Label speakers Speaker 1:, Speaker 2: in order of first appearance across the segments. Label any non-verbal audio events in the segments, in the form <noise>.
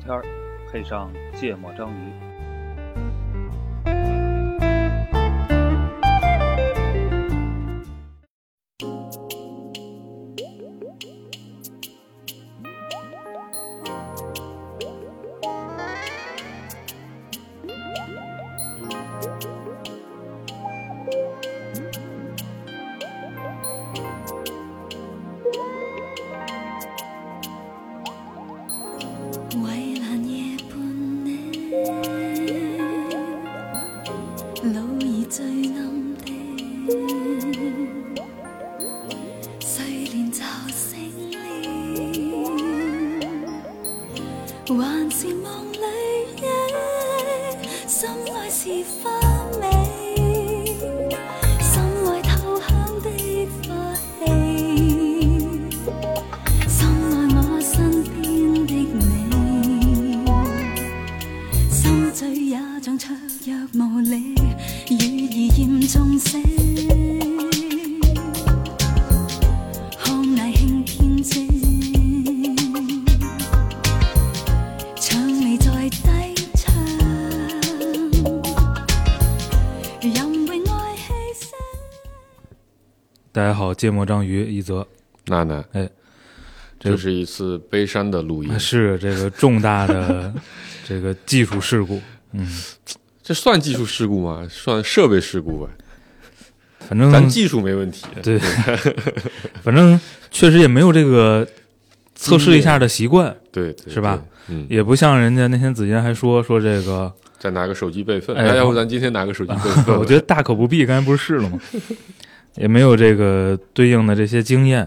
Speaker 1: 天儿，配上芥末章鱼。
Speaker 2: 圍欄夜半的路兒最暗的，睡蓮就醒了，還是夢裏憶，心愛是花美，心愛透香的花氣。深愛我身邊的你，心醉也像雀躍無理，雨兒嚴重些。康乃馨編織，薔薇在低唱，任永愛氣息。
Speaker 3: 大家好，芥末章鱼一泽，
Speaker 4: 娜娜，
Speaker 3: 哎， <laughs>
Speaker 4: 这是一次悲伤的录音，
Speaker 3: 啊是这个重大 <laughs> 的这个技术事故，
Speaker 4: 这算技术事故吗？算设备事故吧，
Speaker 3: 反正
Speaker 4: 咱技术没问题。
Speaker 3: <laughs> 对，反正确实也没有这个测试一下的习惯，
Speaker 4: 对，对
Speaker 3: 是吧？
Speaker 4: 对嗯，
Speaker 3: 也不像人家那天子健还说说这个，
Speaker 4: 再拿个手机备份，
Speaker 3: 哎
Speaker 4: 那要不咱今天拿个手机备份吧？
Speaker 3: <laughs> 我觉得大可不必，刚才不是试了吗？ <laughs> 也没有这个对应的这些经验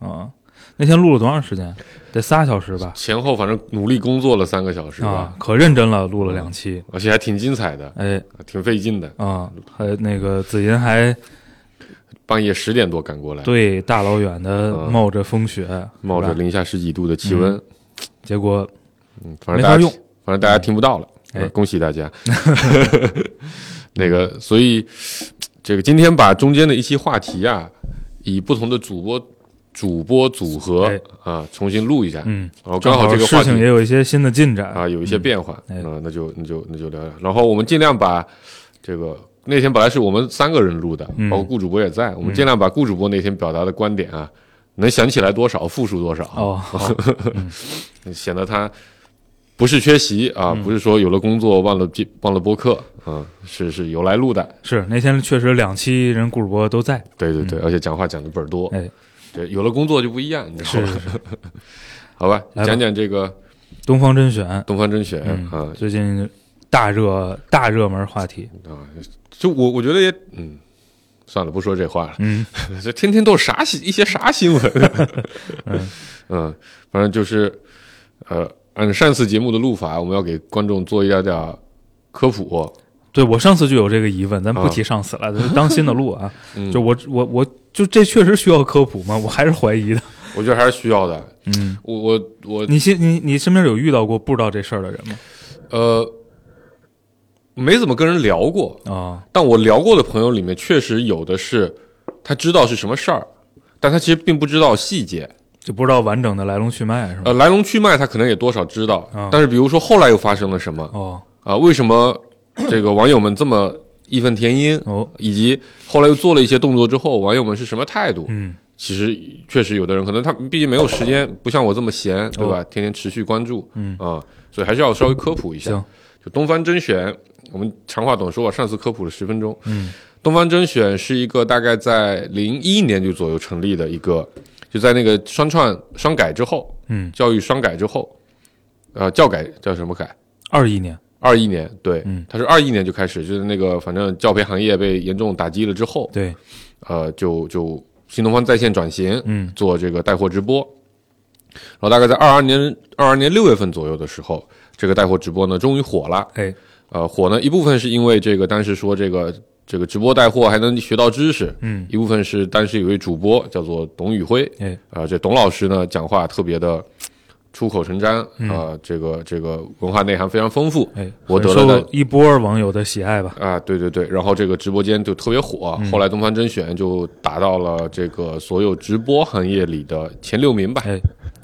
Speaker 3: 啊。那天录了多长时间？得仨小时吧？
Speaker 4: 前后反正努力工作了三个小时
Speaker 3: 啊
Speaker 4: 吧，，
Speaker 3: 可认真了，录了两期。
Speaker 4: 而且还挺精彩的，
Speaker 3: 哎
Speaker 4: 挺费劲的。
Speaker 3: 啊，还那个子银还
Speaker 4: 半夜十点多赶过来，
Speaker 3: 对大老远的冒着风雪，
Speaker 4: 嗯冒着
Speaker 3: 是吧
Speaker 4: 零下十几度的气温，
Speaker 3: 结果
Speaker 4: 嗯反
Speaker 3: 没法
Speaker 4: 正大家
Speaker 3: 用
Speaker 4: 听反正大家听不到了，
Speaker 3: 哎
Speaker 4: 呃恭喜大家。 <laughs> 那个，所以这个今天把中间的一期话题啊，以不同的主播主播组合
Speaker 3: 哎
Speaker 4: 啊重新录一下，
Speaker 3: 嗯，
Speaker 4: 然后刚好这个
Speaker 3: 事
Speaker 4: 话
Speaker 3: 情也
Speaker 4: 题
Speaker 3: 有一些新的进展
Speaker 4: 啊有一些变化，
Speaker 3: 哎
Speaker 4: 嗯，那就那就那就聊聊。然后我们尽量把这个。那天本来是我们三个人录的，
Speaker 3: 嗯
Speaker 4: 包括顾主播也在，我们尽量把顾主播那天表达的观点啊，能想起来多少复述多少。
Speaker 3: 哦，好
Speaker 4: 显得他不是缺席啊，不是说有了工作忘了记忘了播客啊，是是有来路的。
Speaker 3: 是那天确实两期人顾主播都在，
Speaker 4: 对对对，而且讲话讲的倍儿多。
Speaker 3: 哎，
Speaker 4: 对，嗯有了工作就不一样，你知道
Speaker 3: 是
Speaker 4: 吧？
Speaker 3: 是是，
Speaker 4: <laughs> 好吧，
Speaker 3: 来吧
Speaker 4: 讲讲这个
Speaker 3: 东方甄选，
Speaker 4: 东方甄选啊
Speaker 3: 嗯，最近大热大热门话题，
Speaker 4: 啊，就我我觉得也嗯，算了，不说这话了。 <laughs>
Speaker 3: 嗯，
Speaker 4: 这天天都是啥新一些啥新闻？ <laughs> 嗯，反正就是呃，按上次节目的录法，我们要给观众做一点点科普。
Speaker 3: 对我上次就有这个疑问，咱不
Speaker 4: 啊
Speaker 3: 提上次了，咱当新的路啊，
Speaker 4: <laughs> 嗯
Speaker 3: 就我我我就这确实需要科普吗？我还是怀
Speaker 4: <laughs>
Speaker 3: 疑的，
Speaker 4: 我觉得还是需要的。
Speaker 3: 嗯，
Speaker 4: 我我我
Speaker 3: 你先你你身边有遇到过不知道这事儿的人吗？
Speaker 4: 呃，没怎么跟人聊过，
Speaker 3: 啊、
Speaker 4: 但我聊过的朋友里面，确实有的是他知道是什么事儿，但他其实并不知道细节。
Speaker 3: 就不知道完整的来龙去脉是吧？
Speaker 4: 呃，来龙去脉他可能也多少知道，
Speaker 3: 啊
Speaker 4: 但是比如说后来又发生了什么
Speaker 3: 哦
Speaker 4: 啊、为什么这个网友们这么义愤填膺，
Speaker 3: 哦，
Speaker 4: 以及后来又做了一些动作之后，网友们是什么态度？
Speaker 3: 嗯，
Speaker 4: 其实确实有的人可能他毕竟没有时间，不像我这么闲，对吧？天天持续关注，
Speaker 3: 哦嗯
Speaker 4: 啊、所以还是要稍微科普一下。
Speaker 3: 行，
Speaker 4: 就东方甄选，我们长话短说，上次科普了十分钟。
Speaker 3: 嗯，
Speaker 4: 东方甄选是一个大概在零一年就左右成立的一个，就在那个双创双改之后，
Speaker 3: 嗯，
Speaker 4: 教育双改之后，呃，教改叫什么改？
Speaker 3: 二一年，
Speaker 4: 二一年，对，
Speaker 3: 嗯
Speaker 4: 它是二一年就开始，就是那个反正教培行业被严重打击了之后，
Speaker 3: 对，
Speaker 4: 呃，就就新东方在线转型，
Speaker 3: 嗯，
Speaker 4: 做这个带货直播。然后大概在二二年二二年六月份左右的时候，这个带货直播呢终于火了。
Speaker 3: 哎，
Speaker 4: 呃，火呢一部分是因为这个当时说这个这个直播带货还能学到知识，
Speaker 3: 嗯，
Speaker 4: 一部分是当时有一位主播叫做董宇辉，
Speaker 3: 哎，
Speaker 4: 啊，这董老师呢讲话特别的出口成章，
Speaker 3: 嗯
Speaker 4: 啊，这个这个文化内涵非常丰富，
Speaker 3: 哎，
Speaker 4: 我
Speaker 3: 很
Speaker 4: 得了
Speaker 3: 受
Speaker 4: 的。
Speaker 3: 一波网友的喜爱吧？
Speaker 4: 啊，对对对，然后这个直播间就特别火，
Speaker 3: 嗯
Speaker 4: 后来东方甄选就达到了这个所有直播行业里的前六名吧，
Speaker 3: 哎，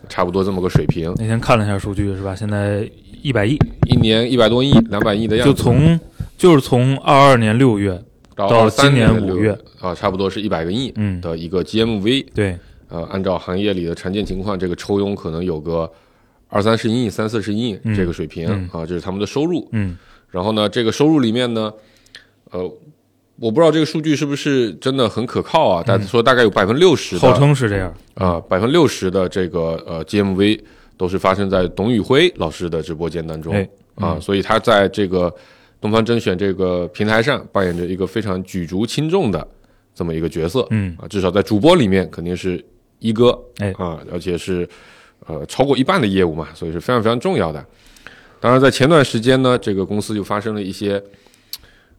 Speaker 4: 差不多这么个水平。
Speaker 3: 那天看了一下数据是吧？现在一百亿，
Speaker 4: 一年一百多亿、两百亿的样子，
Speaker 3: 就从就是从二二年六月，到
Speaker 4: 到
Speaker 3: 今年
Speaker 4: 5
Speaker 3: 五月
Speaker 4: 啊，差不多是一百个亿
Speaker 3: 嗯
Speaker 4: 的一个 GMV，、
Speaker 3: 对，
Speaker 4: 呃，按照行业里的常见情况，这个抽佣可能有个二三十亿、三四十亿这个水平、啊，这是他们的收入。
Speaker 3: 嗯
Speaker 4: 然后呢，这个收入里面呢，呃，我不知道这个数据是不是真的很可靠啊，
Speaker 3: 嗯
Speaker 4: 但说大概有百分之六十
Speaker 3: 号称是这样，
Speaker 4: 啊，百分之六十的这个呃 GMV 都是发生在董宇辉老师的直播间当中、
Speaker 3: 哎
Speaker 4: 啊，所以他在这个东方甄选这个平台上扮演着一个非常举足轻重的这么一个角色，
Speaker 3: 嗯
Speaker 4: 啊，至少在主播里面肯定是一哥，
Speaker 3: 哎
Speaker 4: 啊，而且是呃超过一半的业务嘛，所以是非常非常重要的。当然，在前段时间呢，这个公司就发生了一些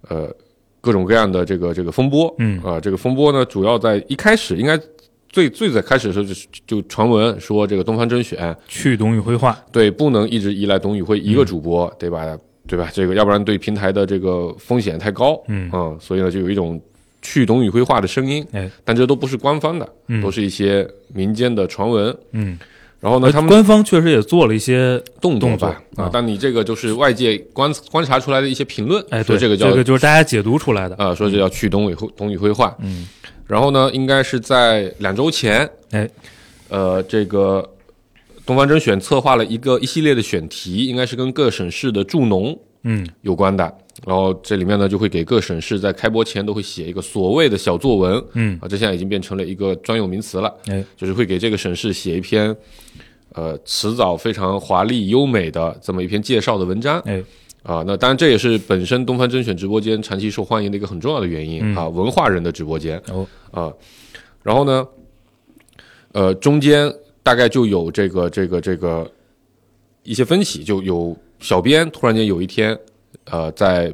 Speaker 4: 呃各种各样的这个这个风波，
Speaker 3: 嗯
Speaker 4: 啊、这个风波呢，主要在一开始应该最最早开始的时候就就传闻说这个东方甄选
Speaker 3: 去董宇辉化，
Speaker 4: 对不能一直依赖董宇辉
Speaker 3: 嗯
Speaker 4: 一个主播，对吧？对吧？这个要不然对平台的这个风险太高，啊
Speaker 3: 嗯
Speaker 4: 所以呢就有一种去董宇辉化的声音，
Speaker 3: 哎，
Speaker 4: 但这都不是官方的，
Speaker 3: 嗯
Speaker 4: 都是一些民间的传闻。
Speaker 3: 嗯，
Speaker 4: 然后呢，他们
Speaker 3: 官方确实也做了一些，
Speaker 4: 动作
Speaker 3: 动作
Speaker 4: 吧啊
Speaker 3: 啊，
Speaker 4: 但你这个就是外界观观察出来的一些评论，
Speaker 3: 哎，
Speaker 4: 说
Speaker 3: 对，
Speaker 4: 这
Speaker 3: 这
Speaker 4: 个叫
Speaker 3: 就是大家解读出来的，
Speaker 4: 啊，说这叫去董宇辉董宇辉化。
Speaker 3: 嗯，
Speaker 4: 然后呢，应该是在两周前，
Speaker 3: 哎，
Speaker 4: 呃，这个东方甄选策划了一个一系列的选题，应该是跟各省市的助农
Speaker 3: 嗯
Speaker 4: 有关的。然后这里面呢，就会给各省市在开播前都会写一个所谓的小作文
Speaker 3: 嗯，
Speaker 4: 啊，这现在已经变成了一个专有名词了，
Speaker 3: 哎，
Speaker 4: 就是会给这个省市写一篇，呃，辞藻非常华丽优美的这么一篇介绍的文章。
Speaker 3: 哎，
Speaker 4: 啊，那当然这也是本身东方甄选直播间长期受欢迎的一个很重要的原因、啊，文化人的直播间
Speaker 3: 嗯哦，
Speaker 4: 啊，然后呢，呃，中间大概就有这个这个这个一些分析，就有小编突然间有一天，呃，在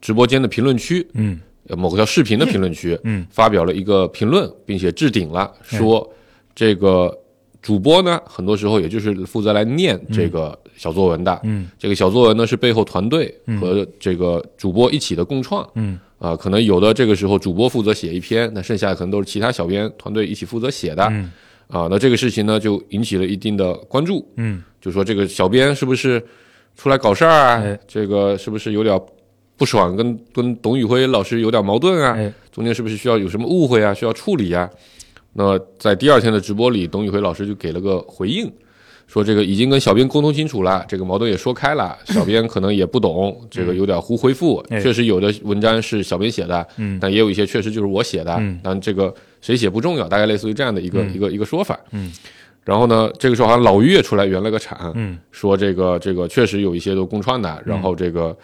Speaker 4: 直播间的评论区，
Speaker 3: 嗯
Speaker 4: 呃某个叫视频的评论区，
Speaker 3: 嗯，
Speaker 4: 发表了一个评论，并且置顶了，说这个主播呢，很多时候也就是负责来念这个小作文的，
Speaker 3: 嗯，
Speaker 4: 这个小作文呢是背后团队和这个主播一起的共创，
Speaker 3: 嗯，
Speaker 4: 啊，可能有的这个时候主播负责写一篇，那剩下的可能都是其他小编团队一起负责写的，
Speaker 3: 嗯，
Speaker 4: 啊，那这个事情呢就引起了一定的关注，
Speaker 3: 嗯，
Speaker 4: 就说这个小编是不是出来搞事儿啊？
Speaker 3: 哎
Speaker 4: 这个是不是有点不爽，跟跟董宇辉老师有点矛盾啊？
Speaker 3: 哎，
Speaker 4: 中间是不是需要有什么误会啊？需要处理啊？那在第二天的直播里，董宇辉老师就给了个回应，说这个已经跟小编沟通清楚了，这个矛盾也说开
Speaker 3: <laughs>
Speaker 4: 了，小编可能也不懂，这个有点胡回复。
Speaker 3: 嗯哎
Speaker 4: 确实有的文章是小编写的，
Speaker 3: 嗯
Speaker 4: 但也有一些确实就是我写的，
Speaker 3: 嗯
Speaker 4: 但这个谁写不重要，大概类似于这样的一个、一个一个说法。
Speaker 3: 嗯，
Speaker 4: 然后呢，这个时候好像老于也出来圆了个场，
Speaker 3: 嗯，
Speaker 4: 说这个这个确实有一些都共创的，然后这个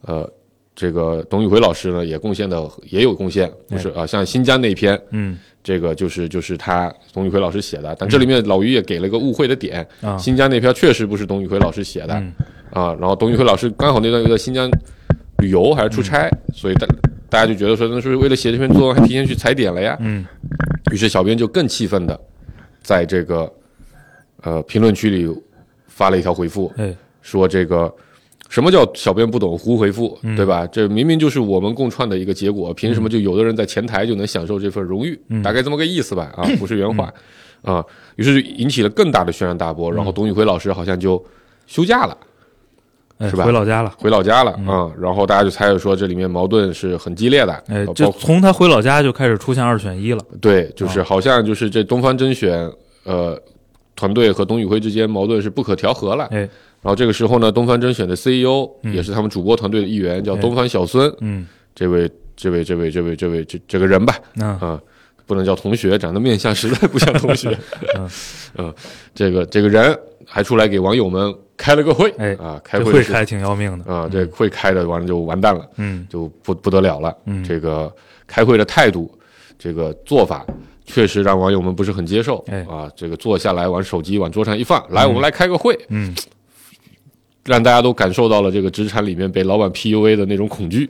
Speaker 4: 呃这个董宇辉老师呢也贡献的也有贡献，不是啊、像新疆那一篇，
Speaker 3: 嗯
Speaker 4: 这个就是就是他董宇辉老师写的，但这里面老于也给了个误会的点，
Speaker 3: 啊，
Speaker 4: 新疆那篇确实不是董宇辉老师写的、
Speaker 3: 嗯
Speaker 4: 啊，然后董宇辉老师刚好那段又在新疆旅游还是
Speaker 3: 嗯
Speaker 4: 出差，所以大大家就觉得说那是不是为了写这篇作文还提前去踩点了呀？
Speaker 3: 嗯
Speaker 4: 于是小编就更气愤的在这个呃评论区里发了一条回复，
Speaker 3: 哎，
Speaker 4: 说这个什么叫小编不懂胡回复，
Speaker 3: 嗯
Speaker 4: 对吧？这明明就是我们共创的一个结果，凭什么就有的人在前台就能享受这份荣誉？
Speaker 3: 嗯
Speaker 4: 大概这么个意思吧，
Speaker 3: <clears throat>
Speaker 4: 啊，不是原话啊。于是就引起了更大的轩然大波，然
Speaker 3: 嗯
Speaker 4: 后董宇辉老师好像就休假了。
Speaker 3: 哎
Speaker 4: 是吧
Speaker 3: 回老家了。
Speaker 4: 回老家了
Speaker 3: 嗯
Speaker 4: 啊、然后大家就猜测说这里面矛盾是很激烈的，
Speaker 3: 哎
Speaker 4: 呃，包啊
Speaker 3: 就
Speaker 4: 括
Speaker 3: 从他回老家就开始出现二选一了。
Speaker 4: 对，
Speaker 3: 哦
Speaker 4: 就是好像就是这东方甄选呃团队和董宇辉之间矛盾是不可调和了。
Speaker 3: 哎，
Speaker 4: 然后这个时候呢，东方甄选的 CEO 也是他们主播团队的一员，
Speaker 3: 哎
Speaker 4: 叫东方小孙，
Speaker 3: 嗯，
Speaker 4: 这位这位这位这位这位这这个人吧，
Speaker 3: 那
Speaker 4: 啊，不能叫同学，长得面相实在不像同
Speaker 3: <laughs>
Speaker 4: 学， <laughs> 嗯，这个这个人还出来给网友们开了个会，
Speaker 3: 哎
Speaker 4: 啊，开
Speaker 3: 这
Speaker 4: 会
Speaker 3: 会
Speaker 4: 的时候
Speaker 3: 开挺嗯要命的。
Speaker 4: 啊，这会开的完了就完蛋了，
Speaker 3: 嗯
Speaker 4: 就不不得了了，
Speaker 3: 嗯
Speaker 4: 这个开会的态度，这个做法。确实让网友们不是很接受、
Speaker 3: 哎
Speaker 4: 啊！这个坐下来往手机往桌上一放，来，我们来开个会，
Speaker 3: 嗯，
Speaker 4: 让大家都感受到了这个职场里面被老板 PUA 的那种恐惧，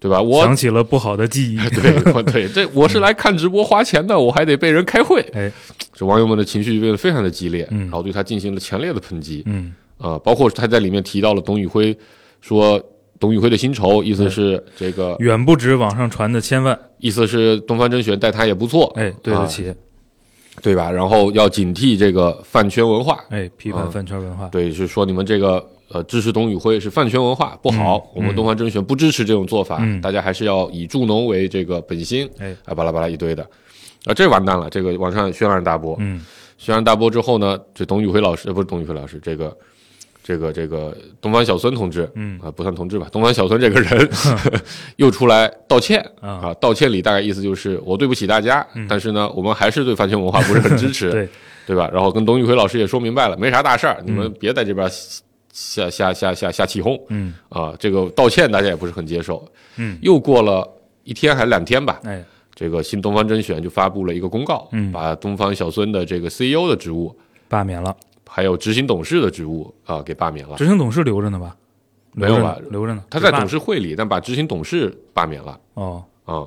Speaker 4: 对吧？我
Speaker 3: 想起了不好的记忆。
Speaker 4: <laughs> 对我对这我是来看直播花钱的，我还得被人开会，
Speaker 3: 哎，
Speaker 4: 这网友们的情绪就变得非常的激烈，
Speaker 3: 嗯
Speaker 4: 然后对他进行了强烈的抨击
Speaker 3: 嗯
Speaker 4: 啊、包括他在里面提到了董宇辉，说董宇辉的薪酬，意
Speaker 3: 哎
Speaker 4: 思是这个，
Speaker 3: 远不止网上传的千万。
Speaker 4: 意思是东方甄选带他也不错，
Speaker 3: 哎，对得
Speaker 4: 啊
Speaker 3: 起。
Speaker 4: 对吧？然后要警惕这个饭圈文化，嗯
Speaker 3: 哎，批判饭圈文化。
Speaker 4: 对，是说你们这个呃支持董宇辉是饭圈文化不好，我们东方甄选不支持这种做法，
Speaker 3: 嗯
Speaker 4: 大家还是要以助农为这个本心，
Speaker 3: 哎
Speaker 4: 啊巴拉巴拉一堆的，啊这完蛋了，这个网上轩然大波，
Speaker 3: 嗯，
Speaker 4: 轩然大波之后呢，这董宇辉老师呃不是董宇辉老师，这个这个这个东方小孙同志，
Speaker 3: 嗯
Speaker 4: 啊不算同志吧，东方小孙这
Speaker 3: <laughs>
Speaker 4: 个人 <laughs> 又出来道歉
Speaker 3: 啊
Speaker 4: 啊，道歉里大概意思就是我对不起大家，但是呢，我们还是对饭圈文化不是很支持，
Speaker 3: 嗯 <laughs> 对，
Speaker 4: 对吧？然后跟董宇辉老师也说明白了，没啥大事儿，你们别在这边瞎瞎瞎瞎瞎起哄
Speaker 3: 嗯
Speaker 4: 啊！这个道歉大家也不是很接受。
Speaker 3: 嗯，
Speaker 4: 又过了一天还两天吧，
Speaker 3: 哎，
Speaker 4: 这个新东方甄选就发布了一个公告，
Speaker 3: 嗯
Speaker 4: 把东方小孙的这个 CEO 的职务，
Speaker 3: 罢免了，
Speaker 4: 还有执行董事的职务啊给罢免了。
Speaker 3: 执行董事留着呢吧？
Speaker 4: 没有
Speaker 3: 留着呢
Speaker 4: 吧
Speaker 3: 留着呢。
Speaker 4: 他在
Speaker 3: 只罢
Speaker 4: 董事会里，但把执行董事罢免了
Speaker 3: 哦，
Speaker 4: 啊。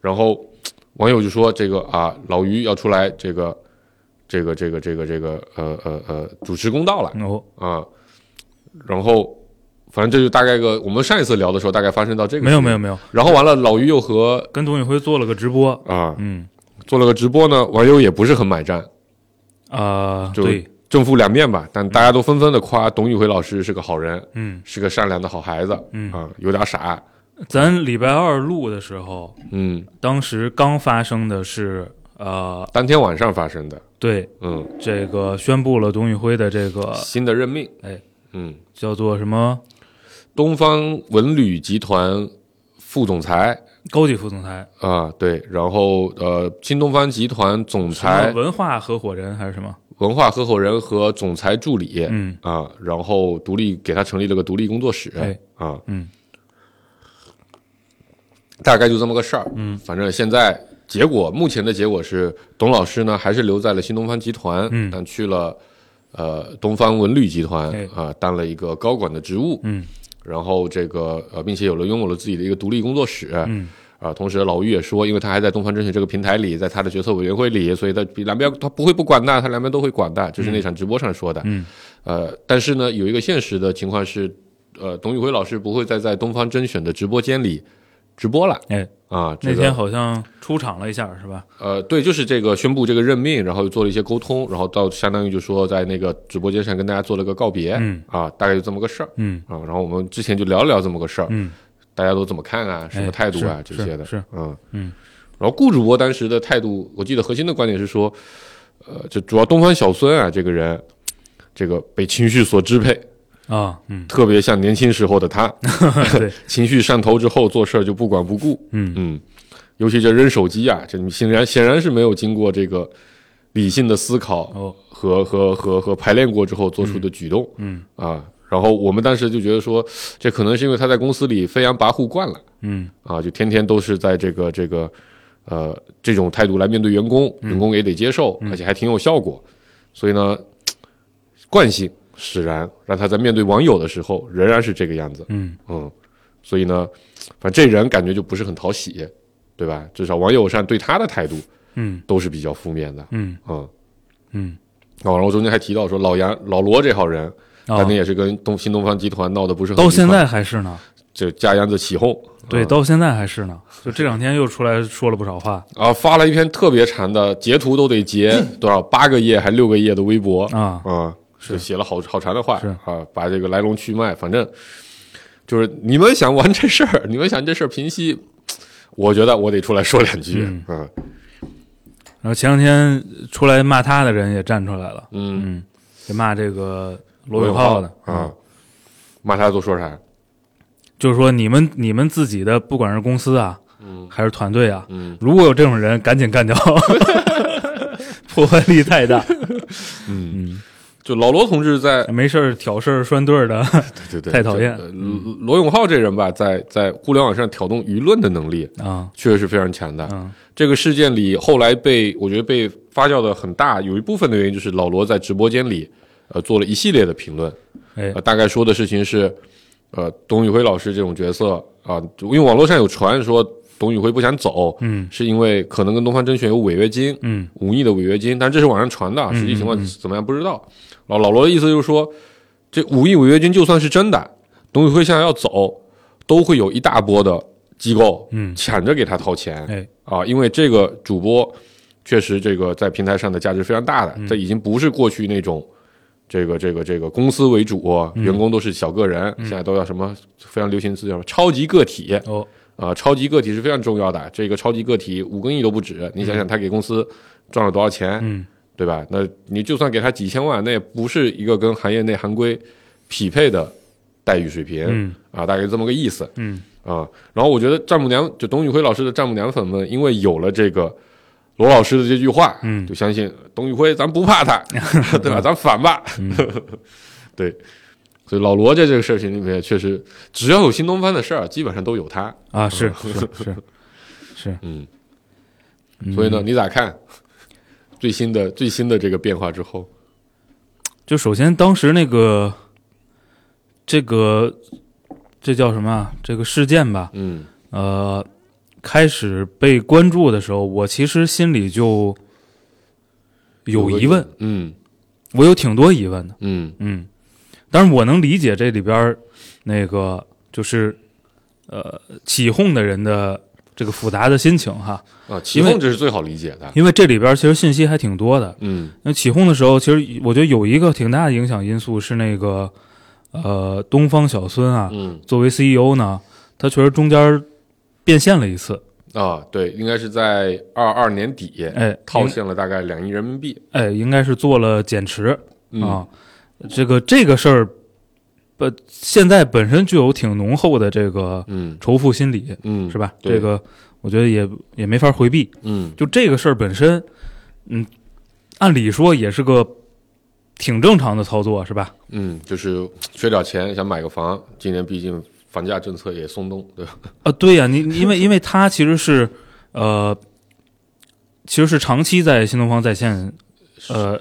Speaker 4: 然后网友就说这个啊，老于要出来这个这个这个这个这个呃呃呃主持公道了。
Speaker 3: 哦，
Speaker 4: 啊，然后反正这就大概个我们上一次聊的时候，大概发生到这个
Speaker 3: 没有
Speaker 4: 地步
Speaker 3: 没有。没有，
Speaker 4: 然后完了，老于又和
Speaker 3: 跟董宇辉做了个直播，
Speaker 4: 啊
Speaker 3: 嗯
Speaker 4: 做了个直播呢，网友也不是很买账，
Speaker 3: 啊，
Speaker 4: 就
Speaker 3: 对，
Speaker 4: 正负两面吧。但大家都纷纷的夸董宇辉老师是个好人，
Speaker 3: 嗯，
Speaker 4: 是个善良的好孩子，
Speaker 3: 嗯
Speaker 4: 啊，有点傻，
Speaker 3: 咱礼拜二录的时候，
Speaker 4: 嗯，
Speaker 3: 当时刚发生的是呃，
Speaker 4: 当天晚上发生的，
Speaker 3: 对，
Speaker 4: 嗯，
Speaker 3: 这个宣布了董宇辉的这个
Speaker 4: 新的任命，
Speaker 3: 哎，
Speaker 4: 嗯，
Speaker 3: 叫做什么
Speaker 4: 东方文旅集团副总裁。
Speaker 3: 高级副总裁，
Speaker 4: 啊，对，然后呃，新东方集团总
Speaker 3: 什么
Speaker 4: 裁、
Speaker 3: 文化合伙人还是什么？
Speaker 4: 文化合伙人和总裁助理，
Speaker 3: 嗯
Speaker 4: 啊，然后独立给他成立了个独立工作室，
Speaker 3: 哎
Speaker 4: 啊，
Speaker 3: 嗯，
Speaker 4: 大概就这么个事儿，嗯，反正现在结果目前的结果是，董老师呢还是留在了新东方集团，
Speaker 3: 嗯
Speaker 4: 但去了呃东方文旅集团
Speaker 3: 哎
Speaker 4: 啊、当了一个高管的职务，
Speaker 3: 嗯
Speaker 4: 然后这个呃，并且有了拥有了自己的一个独立工作室，
Speaker 3: 嗯
Speaker 4: 啊，同时老于也说，因为他还在东方甄选这个平台里，在他的决策委员会里，所以他比两边他不会不管的，他两边都会管的，这是那场直播上说的。
Speaker 3: 嗯，
Speaker 4: 呃，但是呢，有一个现实的情况是，呃，董宇辉老师不会再在东方甄选的直播间里直播了
Speaker 3: 哎，
Speaker 4: 啊。这
Speaker 3: 那
Speaker 4: 个、
Speaker 3: 天好像出场了一下是吧？
Speaker 4: 呃，对，就是这个宣布这个任命，然后又做了一些沟通，然后到相当于就说在那个直播间上跟大家做了个告别，
Speaker 3: 嗯
Speaker 4: 啊，大概就这么个事儿
Speaker 3: 嗯
Speaker 4: 啊。然后我们之前就聊了聊这么个事儿，
Speaker 3: 嗯
Speaker 4: 大家都怎么看啊，什么态度啊、
Speaker 3: 哎
Speaker 4: 这
Speaker 3: 是
Speaker 4: 些的，
Speaker 3: 是是
Speaker 4: 嗯
Speaker 3: 嗯。
Speaker 4: 然后顾主播当时的态度，我记得核心的观点是说，呃，就主要东方小孙啊这个人，这个被情绪所支配，
Speaker 3: 啊嗯
Speaker 4: 特别像年轻时候的他，
Speaker 3: <laughs> 对
Speaker 4: <laughs> 情绪上头之后做事儿就不管不顾，
Speaker 3: 嗯
Speaker 4: 嗯，尤其这扔手机啊，这显然显然是没有经过这个理性的思考
Speaker 3: 哦
Speaker 4: 和和和和排练过之后做出的举动，
Speaker 3: 嗯
Speaker 4: 啊，然后我们当时就觉得说，这可能是因为他在公司里飞扬跋扈惯了。
Speaker 3: 嗯
Speaker 4: 啊，就天天都是在这个这个呃这种态度来面对员工，
Speaker 3: 嗯
Speaker 4: 员工也得接受，而且还挺有效果。所以呢，惯性使然，让他在面对网友的时候仍然是这个样子。
Speaker 3: 嗯
Speaker 4: 嗯，所以呢，反正这人感觉就不是很讨喜，对吧？至少网友上对他的态度
Speaker 3: 嗯
Speaker 4: 都是比较负面的。
Speaker 3: 嗯
Speaker 4: 嗯，
Speaker 3: 嗯
Speaker 4: 哦，然后中间还提到说老杨老罗这号人，
Speaker 3: 啊
Speaker 4: 当年，也是跟东新东方集团闹得不是很
Speaker 3: 到
Speaker 4: 愉快
Speaker 3: 现在还是呢。
Speaker 4: 就架秧子起哄。
Speaker 3: 对，到现在还是呢。就这两天又出来说了不少话
Speaker 4: 啊，发了一篇特别长的，截图都
Speaker 3: <laughs>
Speaker 4: 得截多少八个页还六个页的微博
Speaker 3: 啊，
Speaker 4: 啊，是写了好好长的话
Speaker 3: 是
Speaker 4: 啊，把这个来龙去脉，反正就是你们想玩这事儿，你们想这事儿平息，我觉得我得出来说两句，
Speaker 3: 嗯
Speaker 4: 嗯
Speaker 3: 然后前两天出来骂他的人也站出来了，
Speaker 4: 嗯，
Speaker 3: 嗯，也骂这个罗永
Speaker 4: 罗永
Speaker 3: 浩
Speaker 4: 浩
Speaker 3: 的
Speaker 4: 啊，骂他都说啥？
Speaker 3: 就是说你们你们自己的不管是公司啊，
Speaker 4: 嗯
Speaker 3: 还是团队啊，
Speaker 4: 嗯
Speaker 3: 如果有这种人，赶紧
Speaker 4: <laughs>
Speaker 3: 干掉，破坏力太大。
Speaker 4: 嗯，就老罗同志在
Speaker 3: 没事儿挑事儿拴对儿的， <laughs>
Speaker 4: 对对
Speaker 3: 太讨厌
Speaker 4: 这呃罗罗永浩这人吧，在在互联网上挑动舆论的能力
Speaker 3: 啊，
Speaker 4: 确实是非常强的，
Speaker 3: 嗯
Speaker 4: 这个事件里，后来被我觉得被发酵的很大，有一部分的原因就是老罗在直播间里，呃，做了一系列的评论，
Speaker 3: 哎
Speaker 4: 呃，大概说的事情是，呃，董宇辉老师这种角色啊、就因为网络上有传说董宇辉不想走，
Speaker 3: 嗯
Speaker 4: 是因为可能跟东方甄选有违约金，
Speaker 3: 嗯
Speaker 4: 忤逆的违约金，但这是网上传的啊，实际情况怎么样不知道。老老罗的意思就是说，这五亿违约金就算是真的，董宇辉现在要走，都会有一大波的机构
Speaker 3: 嗯
Speaker 4: 抢着给他掏钱，
Speaker 3: 哎
Speaker 4: 啊，因为这个主
Speaker 3: 嗯
Speaker 4: 播确实这个在平台上的价值非常大的，这已经不是过去那种这个这个这个公司为主，啊
Speaker 3: 嗯
Speaker 4: 员工都是小个人，现在都要什么非常流行词叫什么超级个体，
Speaker 3: 哦，
Speaker 4: 啊，超级个体是非常重要的。这个超级个体五个亿都不止，你想想他给公司赚了多少钱，
Speaker 3: 嗯，
Speaker 4: 对吧？那你就算给他几千万，那也不是一个跟行业内行规匹配的待遇水平，
Speaker 3: 嗯
Speaker 4: 啊，大概这么个意思，
Speaker 3: 嗯
Speaker 4: 啊。然后我觉得丈母娘就董宇辉老师的丈母娘粉们，因为有了这个。罗老师的这句话，
Speaker 3: 嗯
Speaker 4: 就相信董宇辉，咱不
Speaker 3: <laughs>
Speaker 4: 怕他，对吧？咱反吧，
Speaker 3: 嗯
Speaker 4: <laughs> 对。所以老罗在这个事情里面，确实只要有新东方的事儿，基本上都有他。
Speaker 3: 啊，
Speaker 4: <laughs>
Speaker 3: 是是是是，
Speaker 4: 嗯，
Speaker 3: 嗯
Speaker 4: 所以呢，你咋看最新的最新的这个变化之后？
Speaker 3: 就首先当时那个这个这叫什么啊？这个事件吧，
Speaker 4: 嗯
Speaker 3: 呃，开始被关注的时候，我其实心里就有疑问，，
Speaker 4: 嗯
Speaker 3: 我有挺多疑问的。
Speaker 4: 嗯
Speaker 3: 嗯，但是我能理解这里边儿那个就是呃起哄的人的这个复杂的心情哈，
Speaker 4: 啊，起
Speaker 3: 因
Speaker 4: 哄
Speaker 3: 为
Speaker 4: 这是最好理解的。
Speaker 3: 因为这里边儿其实信息还挺多的。
Speaker 4: 嗯
Speaker 3: 那起哄的时候，其实我觉得有一个挺大的影响因素是那个呃东方小孙啊，
Speaker 4: 嗯
Speaker 3: 作为 CEO 呢，他确实中间儿变现了一次，
Speaker 4: 啊，对，应该是在二二年底，
Speaker 3: 哎
Speaker 4: 套现了大概两亿人民币。
Speaker 3: 哎，应该是做了减持
Speaker 4: 嗯
Speaker 3: 啊。这个这个事儿，呃，现在本身就有挺浓厚的这个
Speaker 4: 嗯
Speaker 3: 仇富心理，
Speaker 4: 嗯，
Speaker 3: 是吧？
Speaker 4: 对
Speaker 3: 这个我觉得也也没法回避。
Speaker 4: 嗯
Speaker 3: 就这个事儿本身，嗯，按理说也是个挺正常的操作，是吧？
Speaker 4: 嗯，就是缺点钱想买个房，今年毕竟房价政策也松动，对吧？
Speaker 3: 啊，对呀、你你因为因为他其实是呃，其实是长期在新东方在线呃